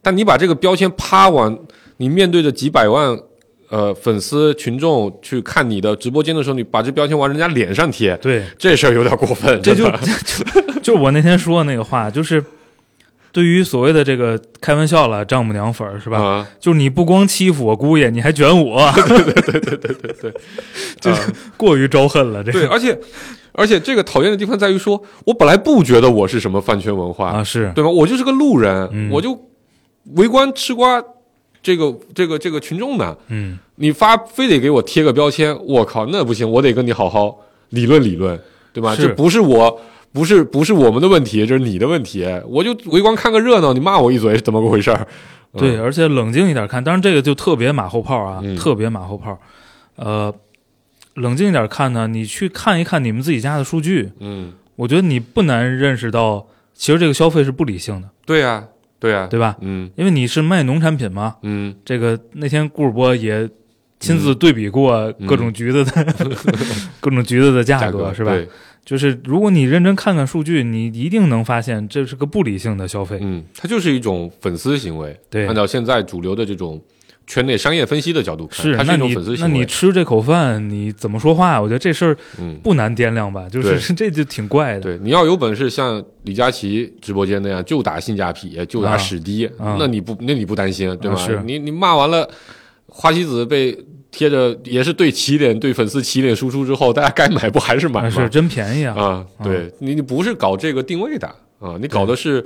Speaker 4: 但你把这个标签啪往你面对着几百万呃粉丝群众去看你的直播间的时候，你把这标签往人家脸上贴，
Speaker 3: 对。
Speaker 4: 这事儿有点过分。
Speaker 3: 这就
Speaker 4: 真的
Speaker 3: 就就我那天说的那个话，就是对于所谓的这个开玩笑了，丈母娘粉儿是吧？ <laughs>
Speaker 4: 啊，
Speaker 3: 就是你不光欺负我姑爷，你还卷我，
Speaker 4: 就是
Speaker 3: <laughs> 过于招恨了。这
Speaker 4: 啊
Speaker 3: <laughs>
Speaker 4: 对，
Speaker 3: 个
Speaker 4: 而且而且这个讨厌的地方在于说，我本来不觉得我是什么饭圈文化，
Speaker 3: 啊是，
Speaker 4: 对吧？我就是个路人，
Speaker 3: 嗯
Speaker 4: 我就围观吃瓜这个这个这个群众呢，
Speaker 3: 嗯，
Speaker 4: 你发非得给我贴个标签，我靠，那不行，我得跟你好好理论理论，对吧？
Speaker 3: 是
Speaker 4: 这不是我。不是不是我们的问题，这是你的问题。我就围观看个热闹，你骂我一嘴是怎么个回事儿？嗯
Speaker 3: 对，而且冷静一点看，当然这个就特别马后炮啊，
Speaker 4: 嗯
Speaker 3: 特别马后炮。呃，冷静一点看呢，你去看一看你们自己家的数据，
Speaker 4: 嗯，
Speaker 3: 我觉得你不难认识到，其实这个消费是不理性的，
Speaker 4: 对呀、对呀、
Speaker 3: 啊对吧？
Speaker 4: 嗯
Speaker 3: 因为你是卖农产品嘛，
Speaker 4: 嗯，
Speaker 3: 这个那天顾主播也亲自对比过各种橘子的、
Speaker 4: <laughs>
Speaker 3: 各种橘子的价
Speaker 4: 嗯价
Speaker 3: 格，
Speaker 4: 格
Speaker 3: 是吧？
Speaker 4: 对
Speaker 3: 就是如果你认真看看数据，你一定能发现这是个不理性的消费。
Speaker 4: 嗯，它就是一种粉丝行为。
Speaker 3: 对
Speaker 4: 按照现在主流的这种圈内商业分析的角度看，
Speaker 3: 是，
Speaker 4: 它
Speaker 3: 那
Speaker 4: 是一种
Speaker 3: 你
Speaker 4: 粉丝
Speaker 3: 那
Speaker 4: 行
Speaker 3: 你
Speaker 4: 为。
Speaker 3: 吃这口饭，你怎么说话？我觉得这事儿
Speaker 4: 嗯，
Speaker 3: 不难掂量吧，就是 <laughs> 这
Speaker 4: 对
Speaker 3: 就挺怪的。
Speaker 4: 对，你要有本事像李佳琦直播间那样，就打性价比，就打史低，
Speaker 3: 啊
Speaker 4: 那你不那你不担心对吧？
Speaker 3: 啊是
Speaker 4: 你你骂完了，花西子被贴着也是对起点对粉丝起点输出之后，大家该买不还是买
Speaker 3: 啊
Speaker 4: 吗？
Speaker 3: 是真便宜啊！
Speaker 4: 啊，对你你不是搞这个定位的啊，你搞的是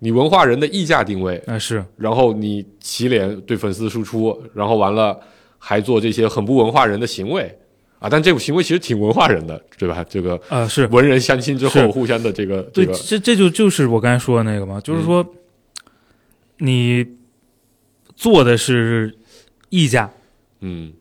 Speaker 4: 你文化人的溢价定位，
Speaker 3: 啊是，
Speaker 4: 然后你洗脸对粉丝输出，然后完了还做这些很不文化人的行为啊！但这种行为其实挺文化人的，对吧？
Speaker 3: <laughs>
Speaker 4: 这个
Speaker 3: 啊是，
Speaker 4: 文人相亲之
Speaker 3: 是
Speaker 4: 后互相的这个
Speaker 3: 对，
Speaker 4: 这个，嗯
Speaker 3: 这这就就是我刚才说的那个嘛，就是说你做的是溢价，
Speaker 4: 嗯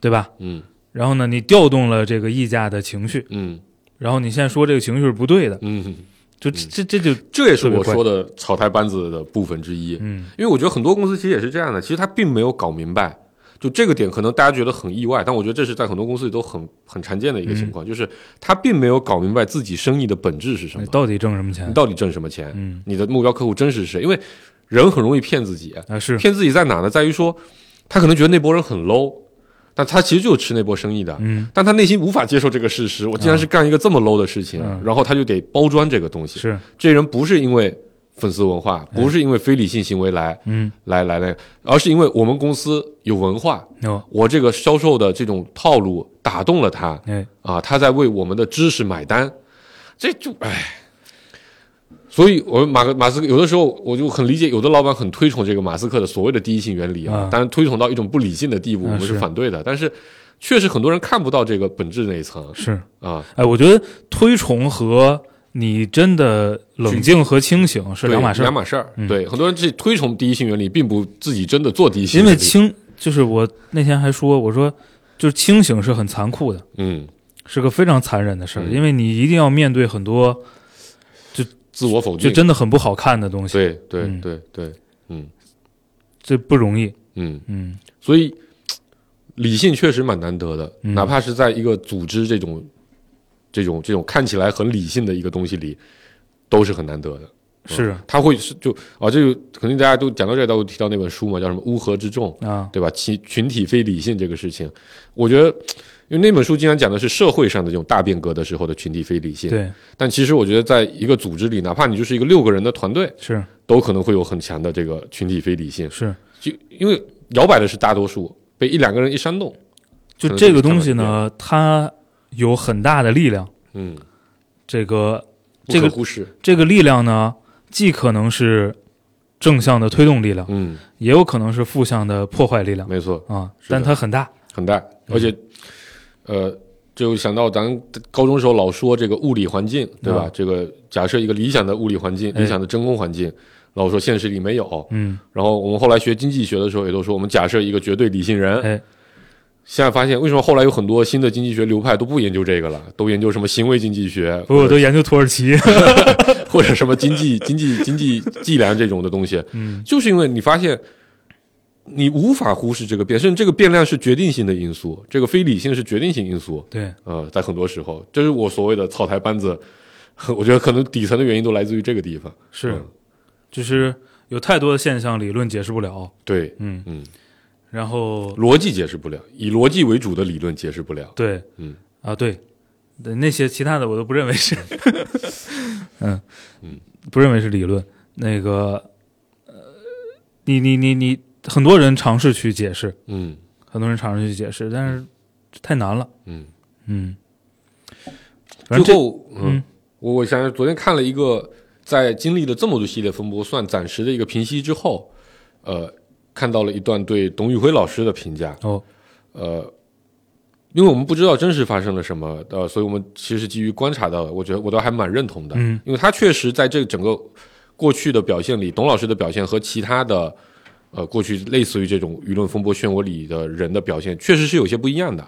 Speaker 3: 对吧？
Speaker 4: 嗯
Speaker 3: 然后呢，你调动了这个溢价的情绪，
Speaker 4: 嗯
Speaker 3: 然后你现在说这个情绪是不对的，
Speaker 4: 嗯，
Speaker 3: 就这这这就
Speaker 4: 这也是我说的草台班子的部分之一。
Speaker 3: 嗯
Speaker 4: 因为我觉得很多公司其实也是这样的，其实他并没有搞明白，就这个点可能大家觉得很意外，但我觉得这是在很多公司里都很很常见的一个
Speaker 3: 嗯
Speaker 4: 情况，就是他并没有搞明白自己生意的本质是什么
Speaker 3: 你。到底挣什么
Speaker 4: 你
Speaker 3: 钱
Speaker 4: 到底挣什么钱？
Speaker 3: 嗯
Speaker 4: 你的目标客户真实是谁？因为人很容易骗自己，
Speaker 3: 啊？是
Speaker 4: 骗自己在哪呢？在于说他可能觉得那波人很 low，但他其实就是吃那波生意的，
Speaker 3: 嗯，
Speaker 4: 但他内心无法接受这个事实，我竟然是干一个这么 low 的事情，
Speaker 3: 嗯
Speaker 4: 然后他就得包装这个东西。
Speaker 3: 是，
Speaker 4: 这人不是因为粉丝文化，不是因为非理性行为来、
Speaker 3: 嗯，
Speaker 4: 来来来，而是因为我们公司有文化，
Speaker 3: 有，
Speaker 4: 我这个销售的这种套路打动了他
Speaker 3: 哎，
Speaker 4: 啊，他在为我们的知识买单，这就哎。所以，我马克马斯克有的时候我就很理解，有的老板很推崇这个马斯克的所谓的第一性原理啊
Speaker 3: 嗯，
Speaker 4: 当然推崇到一种不理性的地步，我
Speaker 3: 嗯
Speaker 4: 们是
Speaker 3: 是
Speaker 4: 反对的。但是，确实很多人看不到这个本质那一层
Speaker 3: 是，
Speaker 4: 啊。
Speaker 3: 哎，我觉得推崇和你真的冷静和清醒是
Speaker 4: 对
Speaker 3: 两码事儿嗯
Speaker 4: 两，码事儿。对，很多人去推崇第一性原理，并不自己真的做第一性
Speaker 3: 因
Speaker 4: 原
Speaker 3: 为
Speaker 4: 理。
Speaker 3: 清就是我那天还说，我说就是清醒是很残酷的，
Speaker 4: 嗯，
Speaker 3: 是个非常残忍的事儿，
Speaker 4: 嗯
Speaker 3: 因为你一定要面对很多
Speaker 4: 自我否
Speaker 3: 就
Speaker 4: 定，
Speaker 3: 真的很不好看的东西，
Speaker 4: 对对
Speaker 3: 嗯
Speaker 4: 对对，嗯
Speaker 3: 这不容易，
Speaker 4: 嗯，
Speaker 3: 嗯
Speaker 4: 所以理性确实蛮难得的，
Speaker 3: 嗯
Speaker 4: 哪怕是在一个组织这种这种这种看起来很理性的一个东西里，都是很难得的。
Speaker 3: 是
Speaker 4: 他会是就啊，这个肯定大家都讲到这儿，都提到那本书嘛，叫什么《乌合之众》。
Speaker 3: 啊，
Speaker 4: 对吧？群群体非理性这个事情，我觉得，因为那本书经常讲的是社会上的这种大变革的时候的群体非理性，
Speaker 3: 对，
Speaker 4: 但其实我觉得，在一个组织里，哪怕你就是一个六个人的团队，
Speaker 3: 是
Speaker 4: 都可能会有很强的这个群体非理性，
Speaker 3: 是，
Speaker 4: 就因为摇摆的是大多数，被一两个人一煽动，
Speaker 3: 就
Speaker 4: 可能
Speaker 3: 这个
Speaker 4: 就是
Speaker 3: 东
Speaker 4: 这
Speaker 3: 西
Speaker 4: 么
Speaker 3: 呢，它有很大的力量，
Speaker 4: 嗯，
Speaker 3: 这个
Speaker 4: 不可
Speaker 3: 这个
Speaker 4: 忽视，
Speaker 3: 这个力量呢，既可能是正向的推动力量，
Speaker 4: 嗯，
Speaker 3: 也有可能是负向的破坏力量
Speaker 4: 没错，
Speaker 3: 啊，
Speaker 4: 是的
Speaker 3: 但它很大，
Speaker 4: 很大，而且，呃，就想到咱高中时候老说这个物理环境，对吧？
Speaker 3: 嗯
Speaker 4: 这个假设一个理想的物理环境，
Speaker 3: 哎
Speaker 4: 理想的真空环境，老说现实里没有，
Speaker 3: 嗯，
Speaker 4: 然后我们后来学经济学的时候，也都说我们假设一个绝对理性人。
Speaker 3: 哎
Speaker 4: 现在发现，为什么后来有很多新的经济学流派都不研究这个了，都研究什么行为经济学，
Speaker 3: 不过我都研究土耳
Speaker 4: <laughs>
Speaker 3: 其，
Speaker 4: 或者什么经济、经济、经济伎俩这种的东西，
Speaker 3: 嗯，
Speaker 4: 就是因为你发现你无法忽视这个变，甚至这个变量是决定性的因素，这个非理性是决定性因素。
Speaker 3: 对，
Speaker 4: 呃，在很多时候，这是我所谓的草台班子， <laughs> 我觉得可能底层的原因都来自于这个地方。
Speaker 3: 是
Speaker 4: 嗯，
Speaker 3: 就是有太多的现象理论解释不了，
Speaker 4: 对，
Speaker 3: 嗯，
Speaker 4: 嗯，
Speaker 3: 然后
Speaker 4: 逻辑解释不了，以逻辑为主的理论解释不了。
Speaker 3: 对，
Speaker 4: 嗯
Speaker 3: 啊对，对那些其他的我都不认为是， <laughs> 嗯
Speaker 4: 嗯，
Speaker 3: 不认为是理论，那个，呃，你你你你，很多人尝试去解释，
Speaker 4: 嗯
Speaker 3: 很多人尝试去解释，但是太难了。
Speaker 4: 嗯，
Speaker 3: 嗯，反
Speaker 4: 最
Speaker 3: 正这
Speaker 4: 后，嗯
Speaker 3: 嗯，
Speaker 4: 我我想昨天看了一个，在经历了这么多系列风波，算暂时的一个平息之后，呃，看到了一段对董宇辉老师的评价。
Speaker 3: 哦，
Speaker 4: 呃，因为我们不知道真实发生了什么，呃，所以我们其实基于观察到的，我觉得我倒还蛮认同的，
Speaker 3: 嗯，
Speaker 4: 因为他确实在这整个过去的表现里，董老师的表现和其他的呃过去类似于这种舆论风波漩涡里的人的表现，确实是有些不一样的。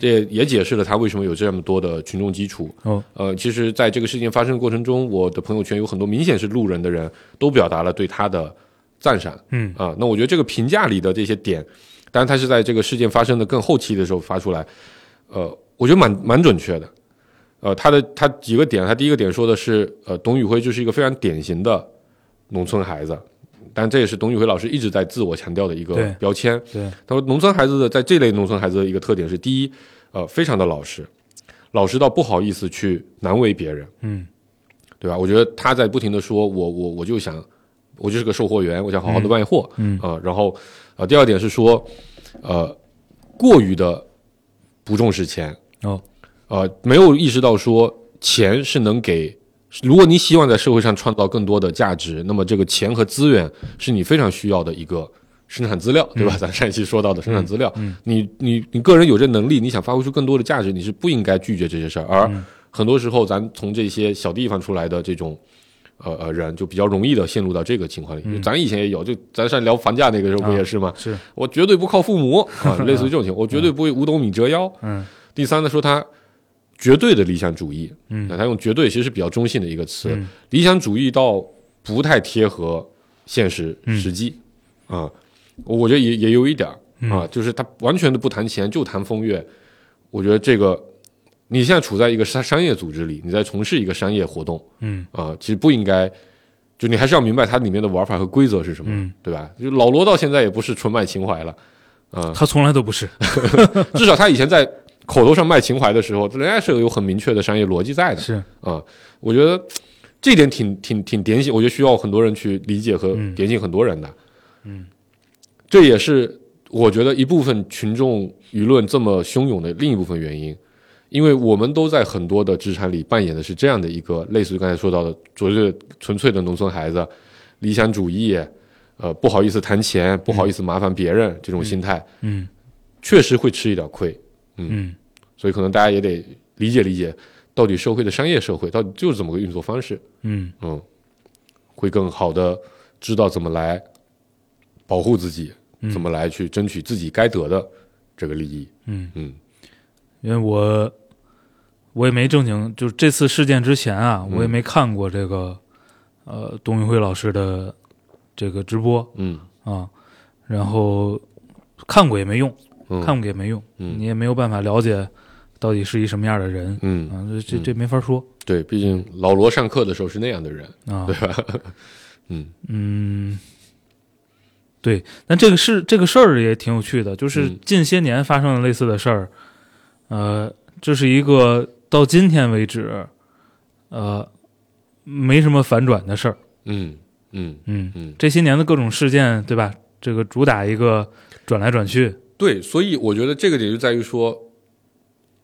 Speaker 4: 这也也解释了他为什么有这么多的群众基础。
Speaker 3: 哦，
Speaker 4: 呃，其实，在这个事件发生的过程中，我的朋友圈有很多明显是路人的人，都表达了对他的赞赏。
Speaker 3: 嗯
Speaker 4: 啊，那我觉得这个评价里的这些点，当然他是在这个事件发生的更后期的时候发出来，呃，我觉得蛮蛮准确的。呃，他的他几个点，他第一个点说的是，呃，董宇辉就是一个非常典型的农村孩子，但这也是董宇辉老师一直在自我强调的一个
Speaker 3: 对
Speaker 4: 标签。
Speaker 3: 对，
Speaker 4: 他说，农村孩子的在这类农村孩子的一个特点是，第一，呃，非常的老实，老实到不好意思去难为别人，
Speaker 3: 嗯，
Speaker 4: 对吧？我觉得他在不停的说，我我我就想，我就是个售货员，我想好好的卖货，
Speaker 3: 嗯
Speaker 4: 啊、然后呃，第二点是说，呃，过于的不重视钱，
Speaker 3: 哦，
Speaker 4: 呃，没有意识到说钱是能给，如果你希望在社会上创造更多的价值，那么这个钱和资源是你非常需要的一个生产资料，对吧？咱上一期说到的生产资料，你你你个人有这能力，你想发挥出更多的价值，你是不应该拒绝这些事儿。而很多时候，咱从这些小地方出来的这种。呃呃，人就比较容易的陷入到这个情况里。咱以前也有，就咱上聊房价那个时候不也是吗？
Speaker 3: 是，
Speaker 4: 我绝对不靠父
Speaker 3: <laughs>
Speaker 4: 母啊，类似于这种情况，我绝对不会五斗米折腰。
Speaker 3: 嗯
Speaker 4: 第三呢，说他绝对的理想主义，
Speaker 3: 嗯
Speaker 4: 那他用绝对其实是比较中性的一个词，
Speaker 3: 嗯
Speaker 4: 理想主义到不太贴合现实
Speaker 3: 嗯
Speaker 4: 实际啊，我觉得也也有一点儿
Speaker 3: 嗯
Speaker 4: 啊，就是他完全的不谈钱，就谈风月，我觉得这个你现在处在一个商商业组织里，你在从事一个商业活动
Speaker 3: 嗯
Speaker 4: 啊，其实不应该。就你还是要明白它里面的玩法和规则是什么，
Speaker 3: 嗯
Speaker 4: 对吧？就老罗到现在也不是纯卖情怀了，啊，
Speaker 3: 他从来都不是。
Speaker 4: 至少他以前在口头上卖情怀的时候，人家是有很明确的商业逻辑在的
Speaker 3: 是，
Speaker 4: 啊。我觉得这点挺挺挺点醒，我觉得需要很多人去理解和
Speaker 3: 嗯
Speaker 4: 点醒很多人的。嗯，这也是我觉得一部分群众舆论这么汹涌的另一部分原因，因为我们都在很多的职场里扮演的是这样的一个类似于刚才说到的纯粹纯粹的农村孩子，理想主义。呃，不好意思谈钱，不好意思麻烦别人，这种心态
Speaker 3: 嗯
Speaker 4: 确实会吃一点亏。
Speaker 3: 嗯
Speaker 4: 所以可能大家也得理解理解，到底社会的商业社会到底就是这么个运作方式，
Speaker 3: 嗯
Speaker 4: 嗯，会更好的知道怎么来保护自己，怎么来去争取自己该得的这个利益，
Speaker 3: 嗯，
Speaker 4: 嗯
Speaker 3: 因为我我也没正经，就是这次事件之前啊，我
Speaker 4: 嗯
Speaker 3: 也没看过这个呃董宇辉老师的这个直播
Speaker 4: 嗯
Speaker 3: 啊，然后看过也没用，
Speaker 4: 嗯，
Speaker 3: 看过也没用，
Speaker 4: 嗯
Speaker 3: 你也没有办法了解到底是一什么样的人
Speaker 4: 嗯，
Speaker 3: 啊，这这这没法说
Speaker 4: 对，毕竟老罗上课的时候是那样的人，
Speaker 3: 啊。
Speaker 4: 对吧？ <laughs> 嗯
Speaker 3: 嗯，对，但这个事这个事儿也挺有趣的，就是
Speaker 4: 嗯
Speaker 3: 近些年发生的类似的事儿，呃，这是一个到今天为止，呃，没什么反转的事儿。
Speaker 4: 嗯嗯
Speaker 3: 嗯，
Speaker 4: 嗯，
Speaker 3: 这些年的各种事件，对吧？这个主打一个转来转去，
Speaker 4: 对，所以我觉得这个点就在于说，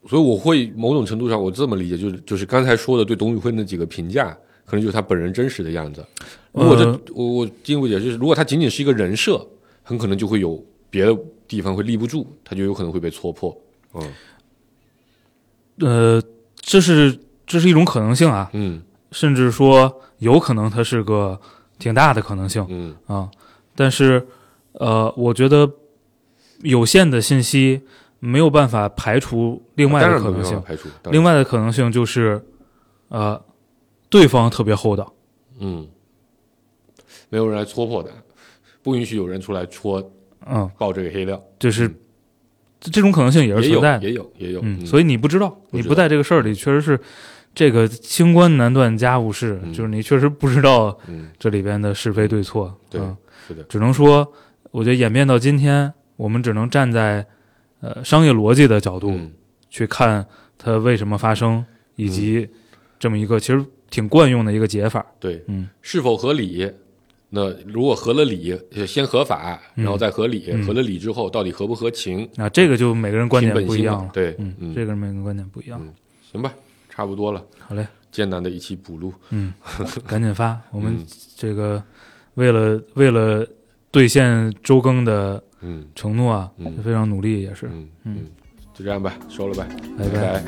Speaker 4: 所以我会某种程度上我这么理解，就是就是刚才说的对董宇辉那几个评价，可能就是他本人真实的样子。如果这、
Speaker 3: 呃
Speaker 4: 我我进一步解释，如果他仅仅是一个人设，很可能就会有别的地方会立不住，他就有可能会被戳破。嗯
Speaker 3: 呃，这是这是一种可能性啊，
Speaker 4: 嗯
Speaker 3: 甚至说有可能它是个挺大的可能性。
Speaker 4: 嗯
Speaker 3: 啊，但是呃，我觉得有限的信息没有办法排除另外
Speaker 4: 当
Speaker 3: 的
Speaker 4: 然
Speaker 3: 可
Speaker 4: 没
Speaker 3: 能
Speaker 4: 办
Speaker 3: 性。
Speaker 4: 法排除。当然
Speaker 3: 另外的可能性就是，呃，对方特别厚道，
Speaker 4: 嗯，没有人来戳破他，不允许有人出来戳
Speaker 3: 嗯，
Speaker 4: 爆这个黑料，
Speaker 3: 就是、
Speaker 4: 嗯
Speaker 3: 这这种可能性也是
Speaker 4: 也
Speaker 3: 存
Speaker 4: 有
Speaker 3: 在的，
Speaker 4: 也有也有。
Speaker 3: 嗯，所以你不知道，
Speaker 4: 不
Speaker 3: 你
Speaker 4: 知
Speaker 3: 不
Speaker 4: 道
Speaker 3: 在这个事儿里，确实是这个清官难断家务事，
Speaker 4: 嗯
Speaker 3: 就是你确实不知道
Speaker 4: 嗯
Speaker 3: 这里边的是非对错，
Speaker 4: 对
Speaker 3: 嗯
Speaker 4: 是的
Speaker 3: 只能说，我觉得演变到今天，我们只能站在呃商业逻辑的角度。
Speaker 4: 嗯
Speaker 3: 去看它为什么发生，以及这么一个其实挺惯用的一个解法。
Speaker 4: 对，
Speaker 3: 嗯，
Speaker 4: 是否合理？那如果合了理，呃先合法，
Speaker 3: 嗯
Speaker 4: 然后再合理，合了理之后到底合不合情？
Speaker 3: 啊，这个就每个人观
Speaker 4: 嗯听
Speaker 3: 点
Speaker 4: 本
Speaker 3: 不一
Speaker 4: 心
Speaker 3: 样
Speaker 4: 嘛
Speaker 3: 了。
Speaker 4: 对，
Speaker 3: 嗯，
Speaker 4: 嗯，
Speaker 3: 这个每个人观点不一样。
Speaker 4: 行吧，差不多了，
Speaker 3: 好嘞，
Speaker 4: 艰难的一期补录，
Speaker 3: 嗯， <laughs> 赶紧发。我们
Speaker 4: 嗯
Speaker 3: 这个为了为了兑现周更的
Speaker 4: 嗯
Speaker 3: 承诺啊，
Speaker 4: 嗯
Speaker 3: 非常努力，也是。
Speaker 4: 嗯嗯，就这样吧，收了吧，
Speaker 3: 拜拜
Speaker 4: 拜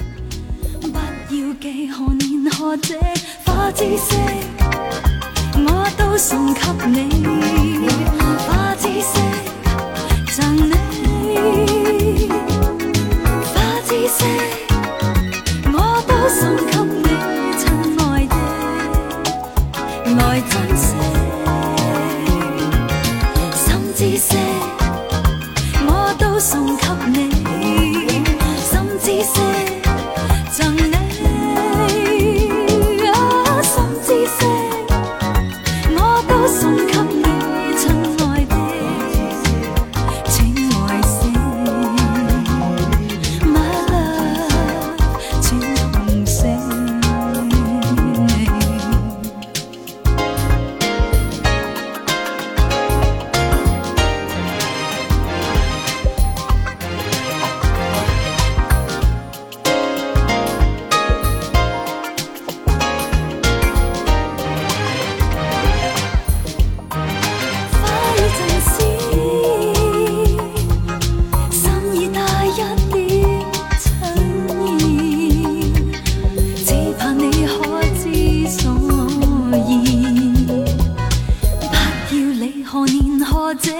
Speaker 2: 不要记何年何夕花知识，我都送给你。花知識像你，花知識我都送給你，親愛的，來珍惜。心知識我都送給你，心知識。贈你啊，心知識，我都送給你，親愛的，請愛惜。My love，請痛惜。花已盡鮮，心已帶一點襯意，只怕你可知所以。不要理何年何夕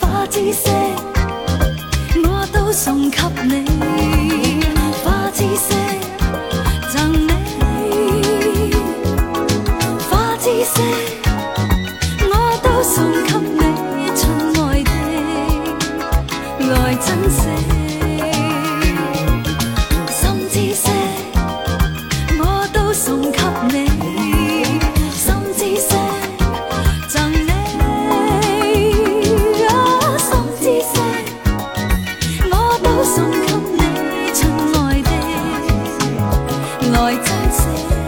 Speaker 2: 花知識，我都送給你。花知識贈你，花知識。我都送給你，親愛的，來珍惜。心知識，我都送給你，心知識贈你啊，心知識，来珍惜。